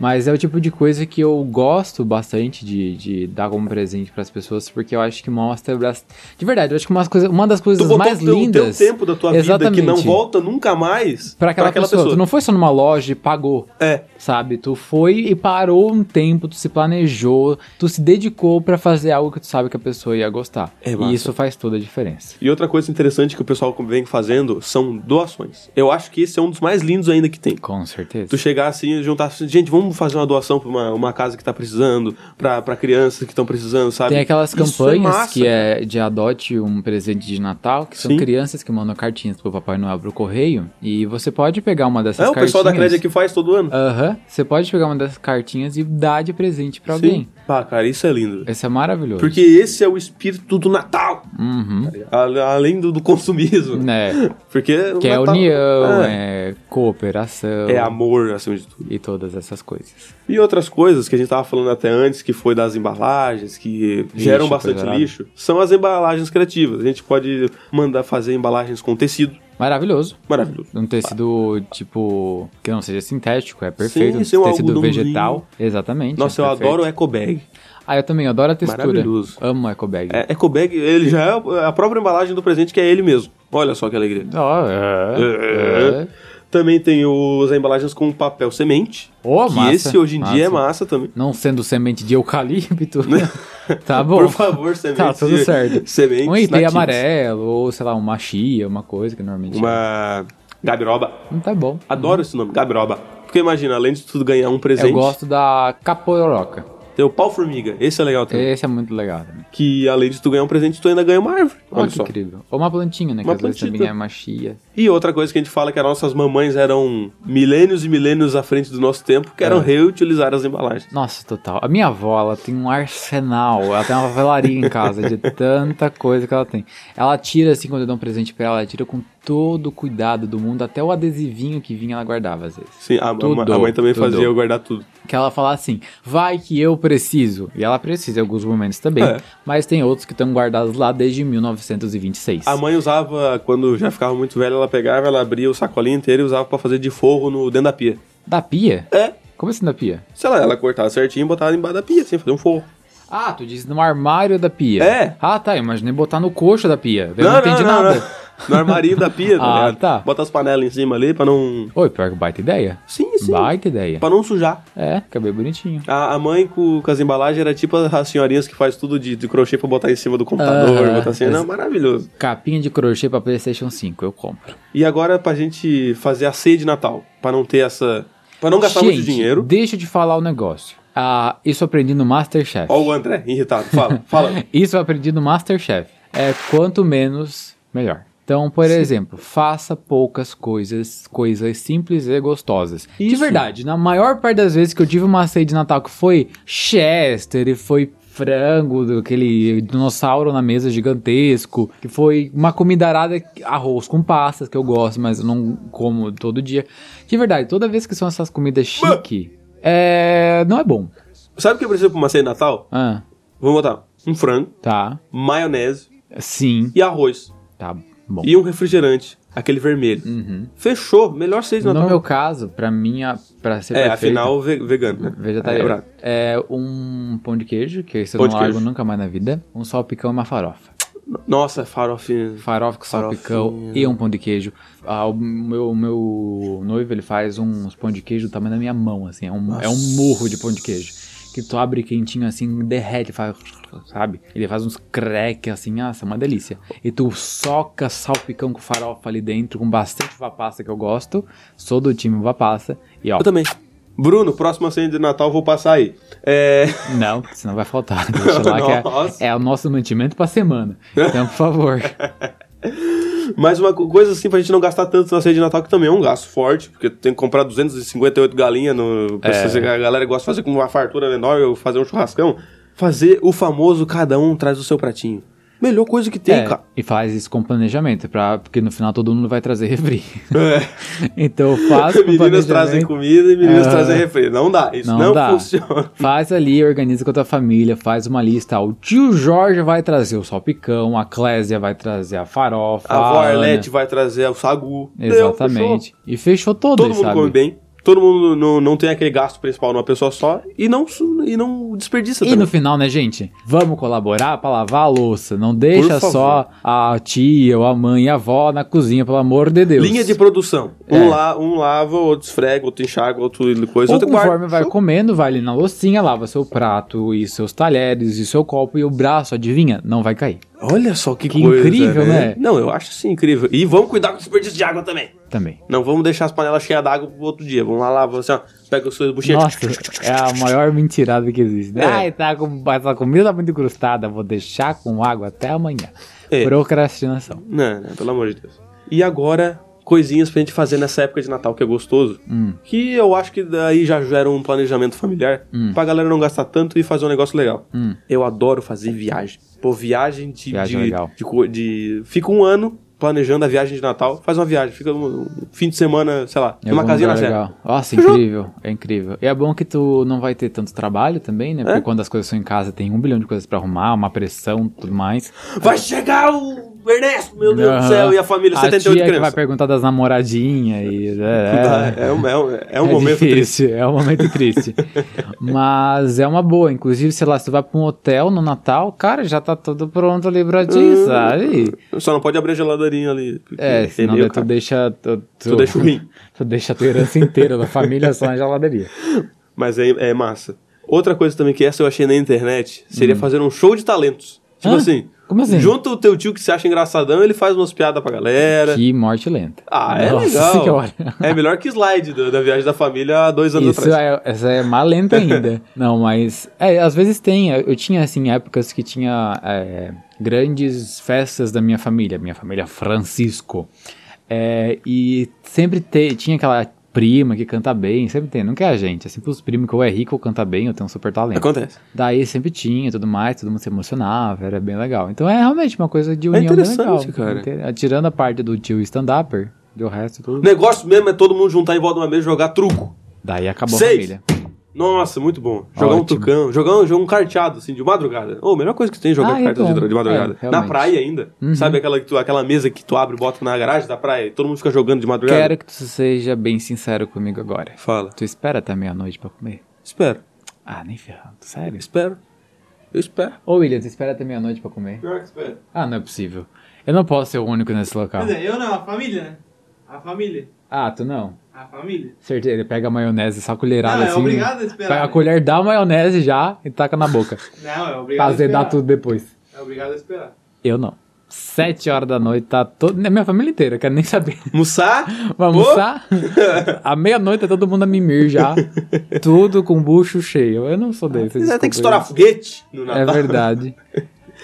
Speaker 2: Mas é o tipo de coisa que eu gosto bastante de, de dar como presente pras pessoas, porque eu acho que mostra. bras- De verdade, eu acho que umas coisas, uma das coisas
Speaker 3: tu botou
Speaker 2: mais
Speaker 3: o teu,
Speaker 2: lindas.
Speaker 3: teu tempo da tua
Speaker 2: Exatamente.
Speaker 3: vida que não volta nunca mais
Speaker 2: Pra aquela, pessoa. Tu não foi só numa loja e pagou.
Speaker 3: É.
Speaker 2: Sabe? Tu foi e parou um tempo, tu se planejou, tu se dedicou pra fazer algo que tu sabe que a pessoa ia gostar.
Speaker 3: É massa.
Speaker 2: e isso faz toda a diferença.
Speaker 3: E outra coisa interessante que o pessoal vem fazendo são doações. Eu acho que esse é um dos mais lindos ainda que tem.
Speaker 2: Com certeza.
Speaker 3: Tu chegar assim e juntar assim, gente, vamos fazer uma doação pra uma, uma casa que tá precisando, pra, pra crianças que estão precisando, sabe?
Speaker 2: Tem aquelas
Speaker 3: Isso é
Speaker 2: campanhas
Speaker 3: massa,
Speaker 2: que é de adote um presente de Natal, que são
Speaker 3: Sim.
Speaker 2: crianças que mandam cartinhas pro Papai Noel pro correio. E você pode pegar uma dessas
Speaker 3: É, o
Speaker 2: cartinhas. É,
Speaker 3: pessoal da Crédia que faz todo ano.
Speaker 2: Aham. Você pode pegar uma dessas cartinhas e dar de presente pra alguém.
Speaker 3: Sim. Pá, cara, isso é lindo.
Speaker 2: Isso é maravilhoso.
Speaker 3: Porque esse é o espírito do Natal.
Speaker 2: Uhum.
Speaker 3: A- além do, do consumismo.
Speaker 2: Né?
Speaker 3: Porque. o
Speaker 2: Que é
Speaker 3: Natal-
Speaker 2: união,
Speaker 3: É.
Speaker 2: é, cooperação.
Speaker 3: É amor, acima de tudo.
Speaker 2: E todas essas coisas.
Speaker 3: E outras coisas que a gente tava falando até antes, que foi das embalagens, que geram bastante
Speaker 2: coisa
Speaker 3: lixo, são as embalagens criativas. A gente pode mandar fazer embalagens com tecido.
Speaker 2: Maravilhoso.
Speaker 3: Maravilhoso.
Speaker 2: Um tecido, tipo, que não seja sintético, é perfeito.
Speaker 3: Sim, sim, um
Speaker 2: um tecido
Speaker 3: algodãozinho.
Speaker 2: vegetal. Exatamente.
Speaker 3: Nossa,
Speaker 2: é
Speaker 3: eu
Speaker 2: perfeito.
Speaker 3: adoro o Eco Bag.
Speaker 2: Ah, eu também adoro a textura.
Speaker 3: Maravilhoso.
Speaker 2: Amo o eco bag.
Speaker 3: É, eco Bag, ele já é a própria embalagem do presente, que é ele mesmo. Olha só que alegria.
Speaker 2: Ó, é,
Speaker 3: É.
Speaker 2: é.
Speaker 3: Também tem os, as embalagens com papel semente.
Speaker 2: Ô,
Speaker 3: que
Speaker 2: massa,
Speaker 3: esse hoje em dia é massa também.
Speaker 2: Não sendo semente de eucalipto. tá bom.
Speaker 3: Por favor, sementes.
Speaker 2: Tá, tudo certo.
Speaker 3: Sementes
Speaker 2: Um IP
Speaker 3: nativas.
Speaker 2: amarelo, ou sei lá, uma chia, uma coisa que normalmente.
Speaker 3: Uma gabiroba.
Speaker 2: Não tá bom.
Speaker 3: Adoro esse nome, gabiroba. Porque imagina, além de tudo ganhar um presente,
Speaker 2: Eu gosto da caporoca.
Speaker 3: tem o pau-formiga. Esse é legal também.
Speaker 2: Esse é muito legal também.
Speaker 3: Que além de tu ganhar um presente, tu ainda ganha uma árvore.
Speaker 2: Olha
Speaker 3: Olha
Speaker 2: que
Speaker 3: só.
Speaker 2: incrível. Ou uma plantinha, né?
Speaker 3: Uma
Speaker 2: que às vezes também
Speaker 3: plantita.
Speaker 2: é uma chia.
Speaker 3: E outra coisa que a gente fala é que as nossas mamães eram milênios e milênios à frente do nosso tempo, que
Speaker 2: É.
Speaker 3: eram reutilizar as embalagens.
Speaker 2: Nossa, total. A minha avó, ela tem um arsenal. Ela tem uma papelaria em casa de tanta coisa que ela tem. Ela tira, assim, quando eu dou um presente pra ela, ela tira com todo o cuidado do mundo, até o adesivinho que vinha ela guardava às vezes.
Speaker 3: Sim, a, a
Speaker 2: Tudo,
Speaker 3: ma- a mãe também
Speaker 2: tudo.
Speaker 3: fazia eu guardar tudo.
Speaker 2: Que ela fala assim, vai que eu preciso. E ela precisa em alguns momentos também,
Speaker 3: É.
Speaker 2: mas tem outros que estão guardados lá desde 1926.
Speaker 3: A mãe usava, quando já ficava muito velha, ela pegava, ela abria o sacolinho inteiro e usava pra fazer de forro no dentro da pia.
Speaker 2: Da pia?
Speaker 3: É.
Speaker 2: Como assim da pia?
Speaker 3: Sei lá, ela cortava certinho e botava embaixo da pia, assim, fazer um forro.
Speaker 2: Ah, tu diz no armário da pia.
Speaker 3: É.
Speaker 2: Ah, tá, eu imaginei botar no coxo da pia. Eu não, entendi nada.
Speaker 3: No armarinho da pia,
Speaker 2: Ah,
Speaker 3: ligado?
Speaker 2: tá.
Speaker 3: Bota as panelas em cima ali pra não.
Speaker 2: Oi, pior que baita ideia.
Speaker 3: Sim, sim.
Speaker 2: Baita ideia.
Speaker 3: Pra não sujar.
Speaker 2: É, fica bem bonitinho.
Speaker 3: A, a mãe com, com as embalagens era tipo as senhorinhas que faz tudo de, de crochê pra botar em cima do computador,
Speaker 2: Aham.
Speaker 3: botar assim, não,
Speaker 2: Ex-
Speaker 3: maravilhoso.
Speaker 2: Capinha de crochê pra Playstation 5, eu compro.
Speaker 3: E agora pra gente fazer a ceia de Natal, pra não ter essa... Pra não gastar muito
Speaker 2: Gente,
Speaker 3: dinheiro.
Speaker 2: deixa eu te falar um negócio. Ah, isso eu aprendi no Masterchef.
Speaker 3: Ó o André, irritado, fala, fala.
Speaker 2: Isso eu aprendi no Masterchef. É quanto menos, melhor. Então, por exemplo, faça poucas coisas, coisas simples e gostosas. De verdade, na maior parte das vezes que eu tive uma ceia de Natal que foi Chester e foi frango, do- aquele dinossauro na mesa gigantesco, que foi uma comidarada, arroz com pastas, que eu gosto, mas eu não como todo dia. De verdade, toda vez que são essas comidas chique, é... não é bom.
Speaker 3: Sabe o que eu preciso pra uma ceia de Natal?
Speaker 2: Ah,
Speaker 3: Vou botar um frango,
Speaker 2: tá.
Speaker 3: maionese
Speaker 2: Sim,
Speaker 3: e arroz.
Speaker 2: tá bom.
Speaker 3: E um refrigerante, aquele vermelho.
Speaker 2: Uhum.
Speaker 3: Fechou, melhor ceia de
Speaker 2: No
Speaker 3: Natal.
Speaker 2: meu caso, pra mim, a- pra ser
Speaker 3: É,
Speaker 2: perfeito,
Speaker 3: afinal, ve- vegano, né?
Speaker 2: vegetariano,
Speaker 3: Lembrado.
Speaker 2: é, um pão de queijo, que isso eu
Speaker 3: Pão
Speaker 2: não
Speaker 3: de
Speaker 2: largo
Speaker 3: queijo.
Speaker 2: nunca mais na vida, um salpicão e uma farofa.
Speaker 3: Nossa, farofinha.
Speaker 2: Farofa com salpicão
Speaker 3: Farofinha.
Speaker 2: e um pão de queijo. Ah, o meu, o meu noivo, ele faz uns pão de queijo do tamanho da minha mão, assim, é um, é um morro de pão de queijo. Que tu abre quentinho assim, derrete, faz, sabe? Ele faz uns creques assim, nossa, uma delícia. E tu soca salpicão com farofa ali dentro, com bastante vapassa que eu gosto. Sou do time vapassa. E ó,
Speaker 3: Eu também. Bruno, próxima ceia de Natal eu vou passar aí. É...
Speaker 2: Não, porque senão vai faltar. Deixa lá que
Speaker 3: Nossa.
Speaker 2: é, é o nosso mantimento pra semana. Então, por favor.
Speaker 3: Mas uma co- coisa assim pra gente não gastar tanto na ceia de Natal, que também é um gasto forte, porque tem que comprar 258 galinhas no.
Speaker 2: É.
Speaker 3: pra você- a galera gosta de fazer com uma fartura menor ou fazer um churrascão. Fazer o famoso cada um traz o seu pratinho. Melhor coisa que tem,
Speaker 2: É,
Speaker 3: cara.
Speaker 2: e faz isso com planejamento, pra, porque no final todo mundo vai trazer refri.
Speaker 3: É.
Speaker 2: Então faz com
Speaker 3: Meninas
Speaker 2: planejamento.
Speaker 3: trazem comida e meninas
Speaker 2: Ah.
Speaker 3: trazem refri. Não dá, isso não,
Speaker 2: dá.
Speaker 3: funciona.
Speaker 2: Faz ali, organiza com a tua família, faz uma lista. ó, O tio Jorge vai trazer o salpicão, a Clésia vai trazer a farofa.
Speaker 3: A avó
Speaker 2: Ah, Ana.
Speaker 3: Arlete vai trazer o sagu. Deu,
Speaker 2: Exatamente. e fechou todas,
Speaker 3: todo mundo
Speaker 2: sabe?
Speaker 3: come bem, todo mundo não, não tem aquele gasto principal numa pessoa só e não, su- e não desperdiça
Speaker 2: E
Speaker 3: também.
Speaker 2: no final, né, gente? Vamos colaborar pra lavar a louça. Não deixa
Speaker 3: Por favor.
Speaker 2: só a tia ou a mãe e a avó na cozinha, pelo amor de Deus.
Speaker 3: Linha de produção.
Speaker 2: É.
Speaker 3: Um, la, um lava, outro esfrega, outro enxaga, outro coisa,
Speaker 2: Ou
Speaker 3: outro
Speaker 2: conforme vai
Speaker 3: Show.
Speaker 2: comendo, vai ali na loucinha, lava seu prato e seus talheres e seu copo e o braço, adivinha? Não vai cair.
Speaker 3: Olha só que,
Speaker 2: Que
Speaker 3: coisa,
Speaker 2: incrível, né?
Speaker 3: Não, eu acho assim incrível. E vamos cuidar com o desperdício de água também.
Speaker 2: Também.
Speaker 3: Não vamos deixar as panelas cheias d'água pro outro dia. Vamos lá, lava assim, ó. Pega as suas buchinhas.
Speaker 2: Nossa, é a maior mentirada que existe. né?
Speaker 3: É.
Speaker 2: Ai, tá com, essa comida tá muito encrustada, vou deixar com água até amanhã.
Speaker 3: É.
Speaker 2: Procrastinação.
Speaker 3: Não, não, pelo amor de Deus. E agora, coisinhas pra gente fazer nessa época de Natal que é gostoso.
Speaker 2: Hum.
Speaker 3: Que eu acho que daí já gera um planejamento familiar
Speaker 2: Hum.
Speaker 3: pra galera não gastar tanto e fazer um negócio legal. Eu adoro fazer viagem. Pô, viagem de.
Speaker 2: Viagem
Speaker 3: de,
Speaker 2: legal.
Speaker 3: de co- de- fica um ano planejando a viagem de Natal, faz uma viagem, fica um, um fim de semana, sei lá,
Speaker 2: Em
Speaker 3: numa
Speaker 2: algum
Speaker 3: casinha na
Speaker 2: lugar
Speaker 3: serra.
Speaker 2: tá Nossa, incrível. É incrível. E é bom que tu não vai ter tanto trabalho também,
Speaker 3: É?
Speaker 2: né? Porque quando as coisas são em casa, tem um bilhão de coisas pra arrumar, uma pressão tudo mais.
Speaker 3: Vai chegar o Ernesto, meu Deus do
Speaker 2: Aham.
Speaker 3: céu, e a família,
Speaker 2: a
Speaker 3: 78
Speaker 2: tia que vai
Speaker 3: crianças.
Speaker 2: perguntar das namoradinhas e... É,
Speaker 3: É, um, é um- é um
Speaker 2: é
Speaker 3: momento
Speaker 2: difícil,
Speaker 3: triste.
Speaker 2: É um momento triste. Mas é uma boa. Inclusive, sei lá, se tu vai pra um hotel no Natal, cara, já tá tudo pronto ali pra ti,
Speaker 3: Hum.
Speaker 2: sabe?
Speaker 3: Só não pode abrir a geladeirinha ali. porque
Speaker 2: É, senão
Speaker 3: meio
Speaker 2: daí tu
Speaker 3: caro.
Speaker 2: deixa... Tu,
Speaker 3: Tu deixa o rim.
Speaker 2: Tu deixa a tua herança inteira da família só na geladeria.
Speaker 3: Mas é, é massa. Outra coisa também que essa eu achei na internet seria fazer um show de talentos. Tipo
Speaker 2: Hum. Hã?
Speaker 3: assim.
Speaker 2: Como assim?
Speaker 3: Junta o teu tio que se acha engraçadão, ele faz umas piadas pra galera.
Speaker 2: Que morte lenta.
Speaker 3: Ah, é
Speaker 2: Nossa
Speaker 3: legal.
Speaker 2: Senhora.
Speaker 3: É melhor que slide do- da viagem da família há dois anos
Speaker 2: Isso
Speaker 3: atrás.
Speaker 2: é, essa é má lenta ainda. Não, mas. É, às vezes tem. Eu tinha, assim, épocas que tinha é, grandes festas da minha família, minha família Francisco. É, e sempre te- tinha aquela prima que canta bem, sempre tem, nunca é a gente, é sempre os primos que ou é rico ou canta bem, ou tem um super talento.
Speaker 3: Acontece.
Speaker 2: Daí sempre tinha e tudo mais, todo mundo se emocionava, era bem legal. Então é realmente uma coisa de união bem
Speaker 3: É interessante,
Speaker 2: legal.
Speaker 3: cara.
Speaker 2: Inte- Tirando a parte do tio stand-upper, do resto
Speaker 3: O
Speaker 2: tudo.
Speaker 3: negócio mesmo é todo mundo juntar em volta de uma mesa e jogar truco.
Speaker 2: Daí acabou a
Speaker 3: Seis.
Speaker 2: família.
Speaker 6: tá
Speaker 3: Nossa, muito bom. Jogar um
Speaker 2: Ótimo.
Speaker 3: trucão, jogar um, jogar um carteado, assim, de madrugada. Ô, a melhor coisa que tem é jogar
Speaker 2: Ah, é
Speaker 3: cartas
Speaker 2: bom.
Speaker 3: de, de madrugada.
Speaker 2: É,
Speaker 3: na
Speaker 2: realmente.
Speaker 3: praia ainda. Sabe aquela, que tu- aquela mesa que tu abre e bota na garagem da praia e todo mundo fica jogando de madrugada?
Speaker 2: Quero que tu seja bem sincero comigo agora.
Speaker 3: Fala.
Speaker 2: Tu espera até meia-noite pra comer?
Speaker 3: Espero,
Speaker 2: Ah, nem ferrando, sério?
Speaker 3: espero. Eu espero.
Speaker 2: Ô William, tu espera até meia-noite pra comer?
Speaker 6: Pior que espera.
Speaker 2: Ah, não é possível. Eu não posso ser o único nesse local.
Speaker 6: Quer dizer, eu não, a família, né? A família.
Speaker 2: Ah, tu não?
Speaker 6: A família.
Speaker 2: Certeza, ele pega a maionese, só a colherada
Speaker 6: Não, é
Speaker 2: assim.
Speaker 6: obrigado a esperar,
Speaker 2: Pega a
Speaker 6: né?
Speaker 2: colher da maionese já e taca na boca.
Speaker 6: Não, é
Speaker 2: pra
Speaker 6: obrigado a
Speaker 2: azedar
Speaker 6: esperar.
Speaker 2: tudo depois.
Speaker 6: É obrigado a esperar.
Speaker 2: Eu não. Sete horas da noite, tá todo. Minha família inteira, eu quero nem saber.
Speaker 3: Almoçar?
Speaker 2: Vamos
Speaker 3: Pô,
Speaker 2: almoçar? À meia-noite tá todo mundo a mimir já. tudo com bucho cheio. Eu não sou desse.
Speaker 3: Você
Speaker 2: desculpa,
Speaker 3: tem que estourar tá?
Speaker 2: eu-
Speaker 3: foguete no Natal.
Speaker 2: É verdade.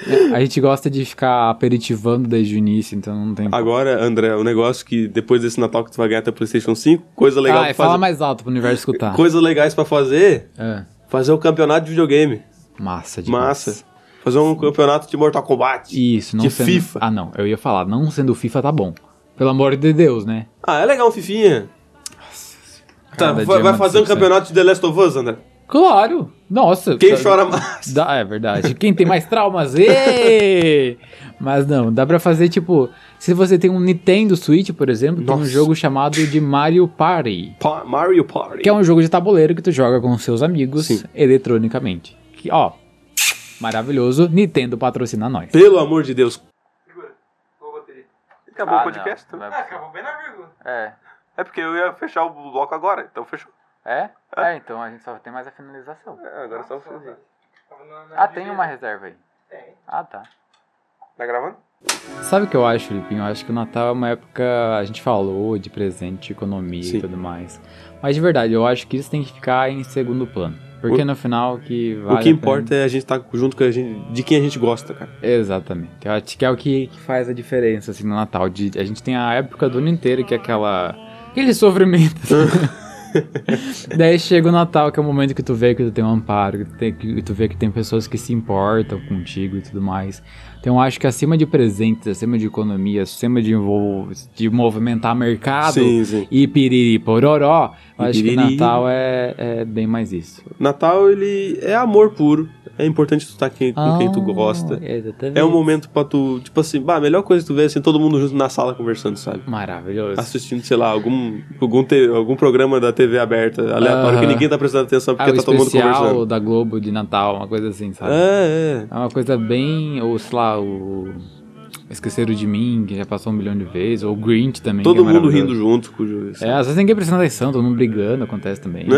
Speaker 2: É, A gente gosta de ficar aperitivando desde o início, então não
Speaker 3: Ah,
Speaker 2: tem.
Speaker 3: Agora, André, o negócio que depois desse Natal que tu vai ganhar até PlayStation 5, coisa legal
Speaker 2: ah,
Speaker 3: pra
Speaker 2: e
Speaker 3: fazer.
Speaker 2: fala mais Tá. alto pro universo escutar.
Speaker 3: Coisas legais pra fazer,
Speaker 2: É.
Speaker 3: fazer o campeonato de videogame.
Speaker 2: Massa de
Speaker 3: Massa. Fazer um campeonato de Mortal Kombat.
Speaker 2: Isso, não
Speaker 3: de
Speaker 2: sendo.
Speaker 3: FIFA.
Speaker 2: Ah, não. Eu ia falar, não sendo FIFA tá bom. Pelo amor de Deus, né?
Speaker 3: Ah, é legal um fifinha. Tá,
Speaker 2: Cada
Speaker 3: vai,
Speaker 2: dia é
Speaker 3: vai
Speaker 2: uma
Speaker 3: fazer um
Speaker 2: decepção.
Speaker 3: campeonato de The Last of Us, André.
Speaker 2: Claro! Nossa!
Speaker 3: Quem
Speaker 2: tá-
Speaker 3: chora mais?
Speaker 2: Dá- é verdade. Quem tem mais traumas? Ê! Mas não, dá pra fazer tipo. Se você tem um Nintendo Switch, por exemplo, tem
Speaker 3: Nossa.
Speaker 2: um jogo chamado de Mario Party.
Speaker 3: Pa- Mario Party.
Speaker 2: Que é um jogo de tabuleiro que tu joga com seus amigos
Speaker 3: Sim.
Speaker 2: eletronicamente. Que, ó, maravilhoso. Nintendo patrocina nós.
Speaker 3: Pelo amor de Deus.
Speaker 6: Segura. Vou bater.
Speaker 3: Acabou né?
Speaker 6: Ah, acabou bem na vírgula.
Speaker 2: É.
Speaker 3: É porque eu ia fechar o bloco agora, então fechou.
Speaker 2: É? É, então a gente só tem mais a finalização.
Speaker 6: É,
Speaker 3: É, agora só fazer.
Speaker 6: Tava na- na
Speaker 2: Ah, tem
Speaker 6: direita.
Speaker 2: uma reserva aí.
Speaker 6: Tem.
Speaker 2: Ah, tá.
Speaker 3: Tá gravando?
Speaker 2: Sabe o que eu acho, Lipinho? Eu acho que o Natal é uma época. A gente falou de presente, economia
Speaker 3: Sim.
Speaker 2: e tudo mais. Mas de verdade, eu acho que isso tem que ficar em segundo plano. Porque
Speaker 3: O-
Speaker 2: no final o que vale.
Speaker 3: o que
Speaker 2: a pena-
Speaker 3: importa é a gente estar junto com a gente, de quem a gente gosta, cara.
Speaker 2: Exatamente. Eu acho que é o que, que faz a diferença, assim, no Natal. De, a gente tem a época do ano inteiro, que é aquela. aquele sofrimento. assim. Daí chega o Natal, que é o momento que tu vê que tu tem um amparo, que tu, tem- que tu vê que tem pessoas que se importam contigo e tudo mais. Então eu acho que acima de presentes, acima de economia, acima de, envol- de movimentar mercado
Speaker 3: Sim, sim.
Speaker 2: e piriri pororó, eu acho que
Speaker 3: Piriri.
Speaker 2: Natal é, é bem mais isso.
Speaker 3: Natal, ele é amor puro. É importante tu estar aqui com quem tu gosta.
Speaker 2: Ah, exatamente.
Speaker 3: É um momento pra tu, tipo assim, bah, a melhor coisa que tu vê é assim, todo mundo junto na sala conversando, sabe?
Speaker 2: Maravilhoso.
Speaker 3: Assistindo, sei lá, algum, algum, te- algum programa da TV aberta, aleatório, que
Speaker 2: Aham.
Speaker 3: ninguém tá prestando atenção
Speaker 2: Ah,
Speaker 3: porque
Speaker 2: o
Speaker 3: tá todo mundo
Speaker 2: especial
Speaker 3: conversando.
Speaker 2: da Globo de Natal, uma coisa assim, sabe? É,
Speaker 3: É, é.
Speaker 2: uma coisa bem, ou sei lá, o Esqueceram de Mim, que já passou um bilhão de vezes, ou o Grinch também. que
Speaker 3: Todo
Speaker 2: é
Speaker 3: mundo
Speaker 2: maravilhoso.
Speaker 3: rindo junto Né? com o assim. juiz.
Speaker 2: É, às vezes ninguém prestando atenção, todo mundo brigando, acontece também.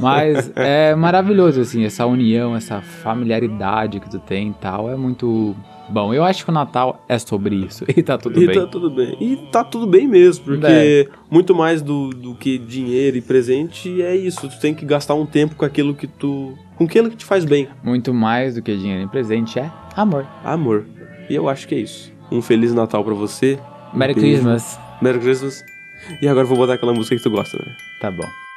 Speaker 2: Mas é maravilhoso, assim, essa união, essa familiaridade que tu tem e tal, é muito bom. Eu acho que o Natal é sobre isso, e tá tudo
Speaker 3: e
Speaker 2: bem. É.
Speaker 3: tá tudo bem. E tá tudo bem mesmo, porque muito mais do, do que dinheiro e presente é isso. Tu tem que gastar um tempo com aquilo que tu. com aquilo que te faz bem.
Speaker 2: Muito mais do que dinheiro em presente é amor.
Speaker 3: Amor. E eu acho que é isso. Um Feliz Natal pra você. Um
Speaker 2: Merry
Speaker 3: Beijo.
Speaker 2: Christmas.
Speaker 3: Merry Christmas. E agora eu vou botar aquela música que tu gosta, né?
Speaker 2: Tá bom.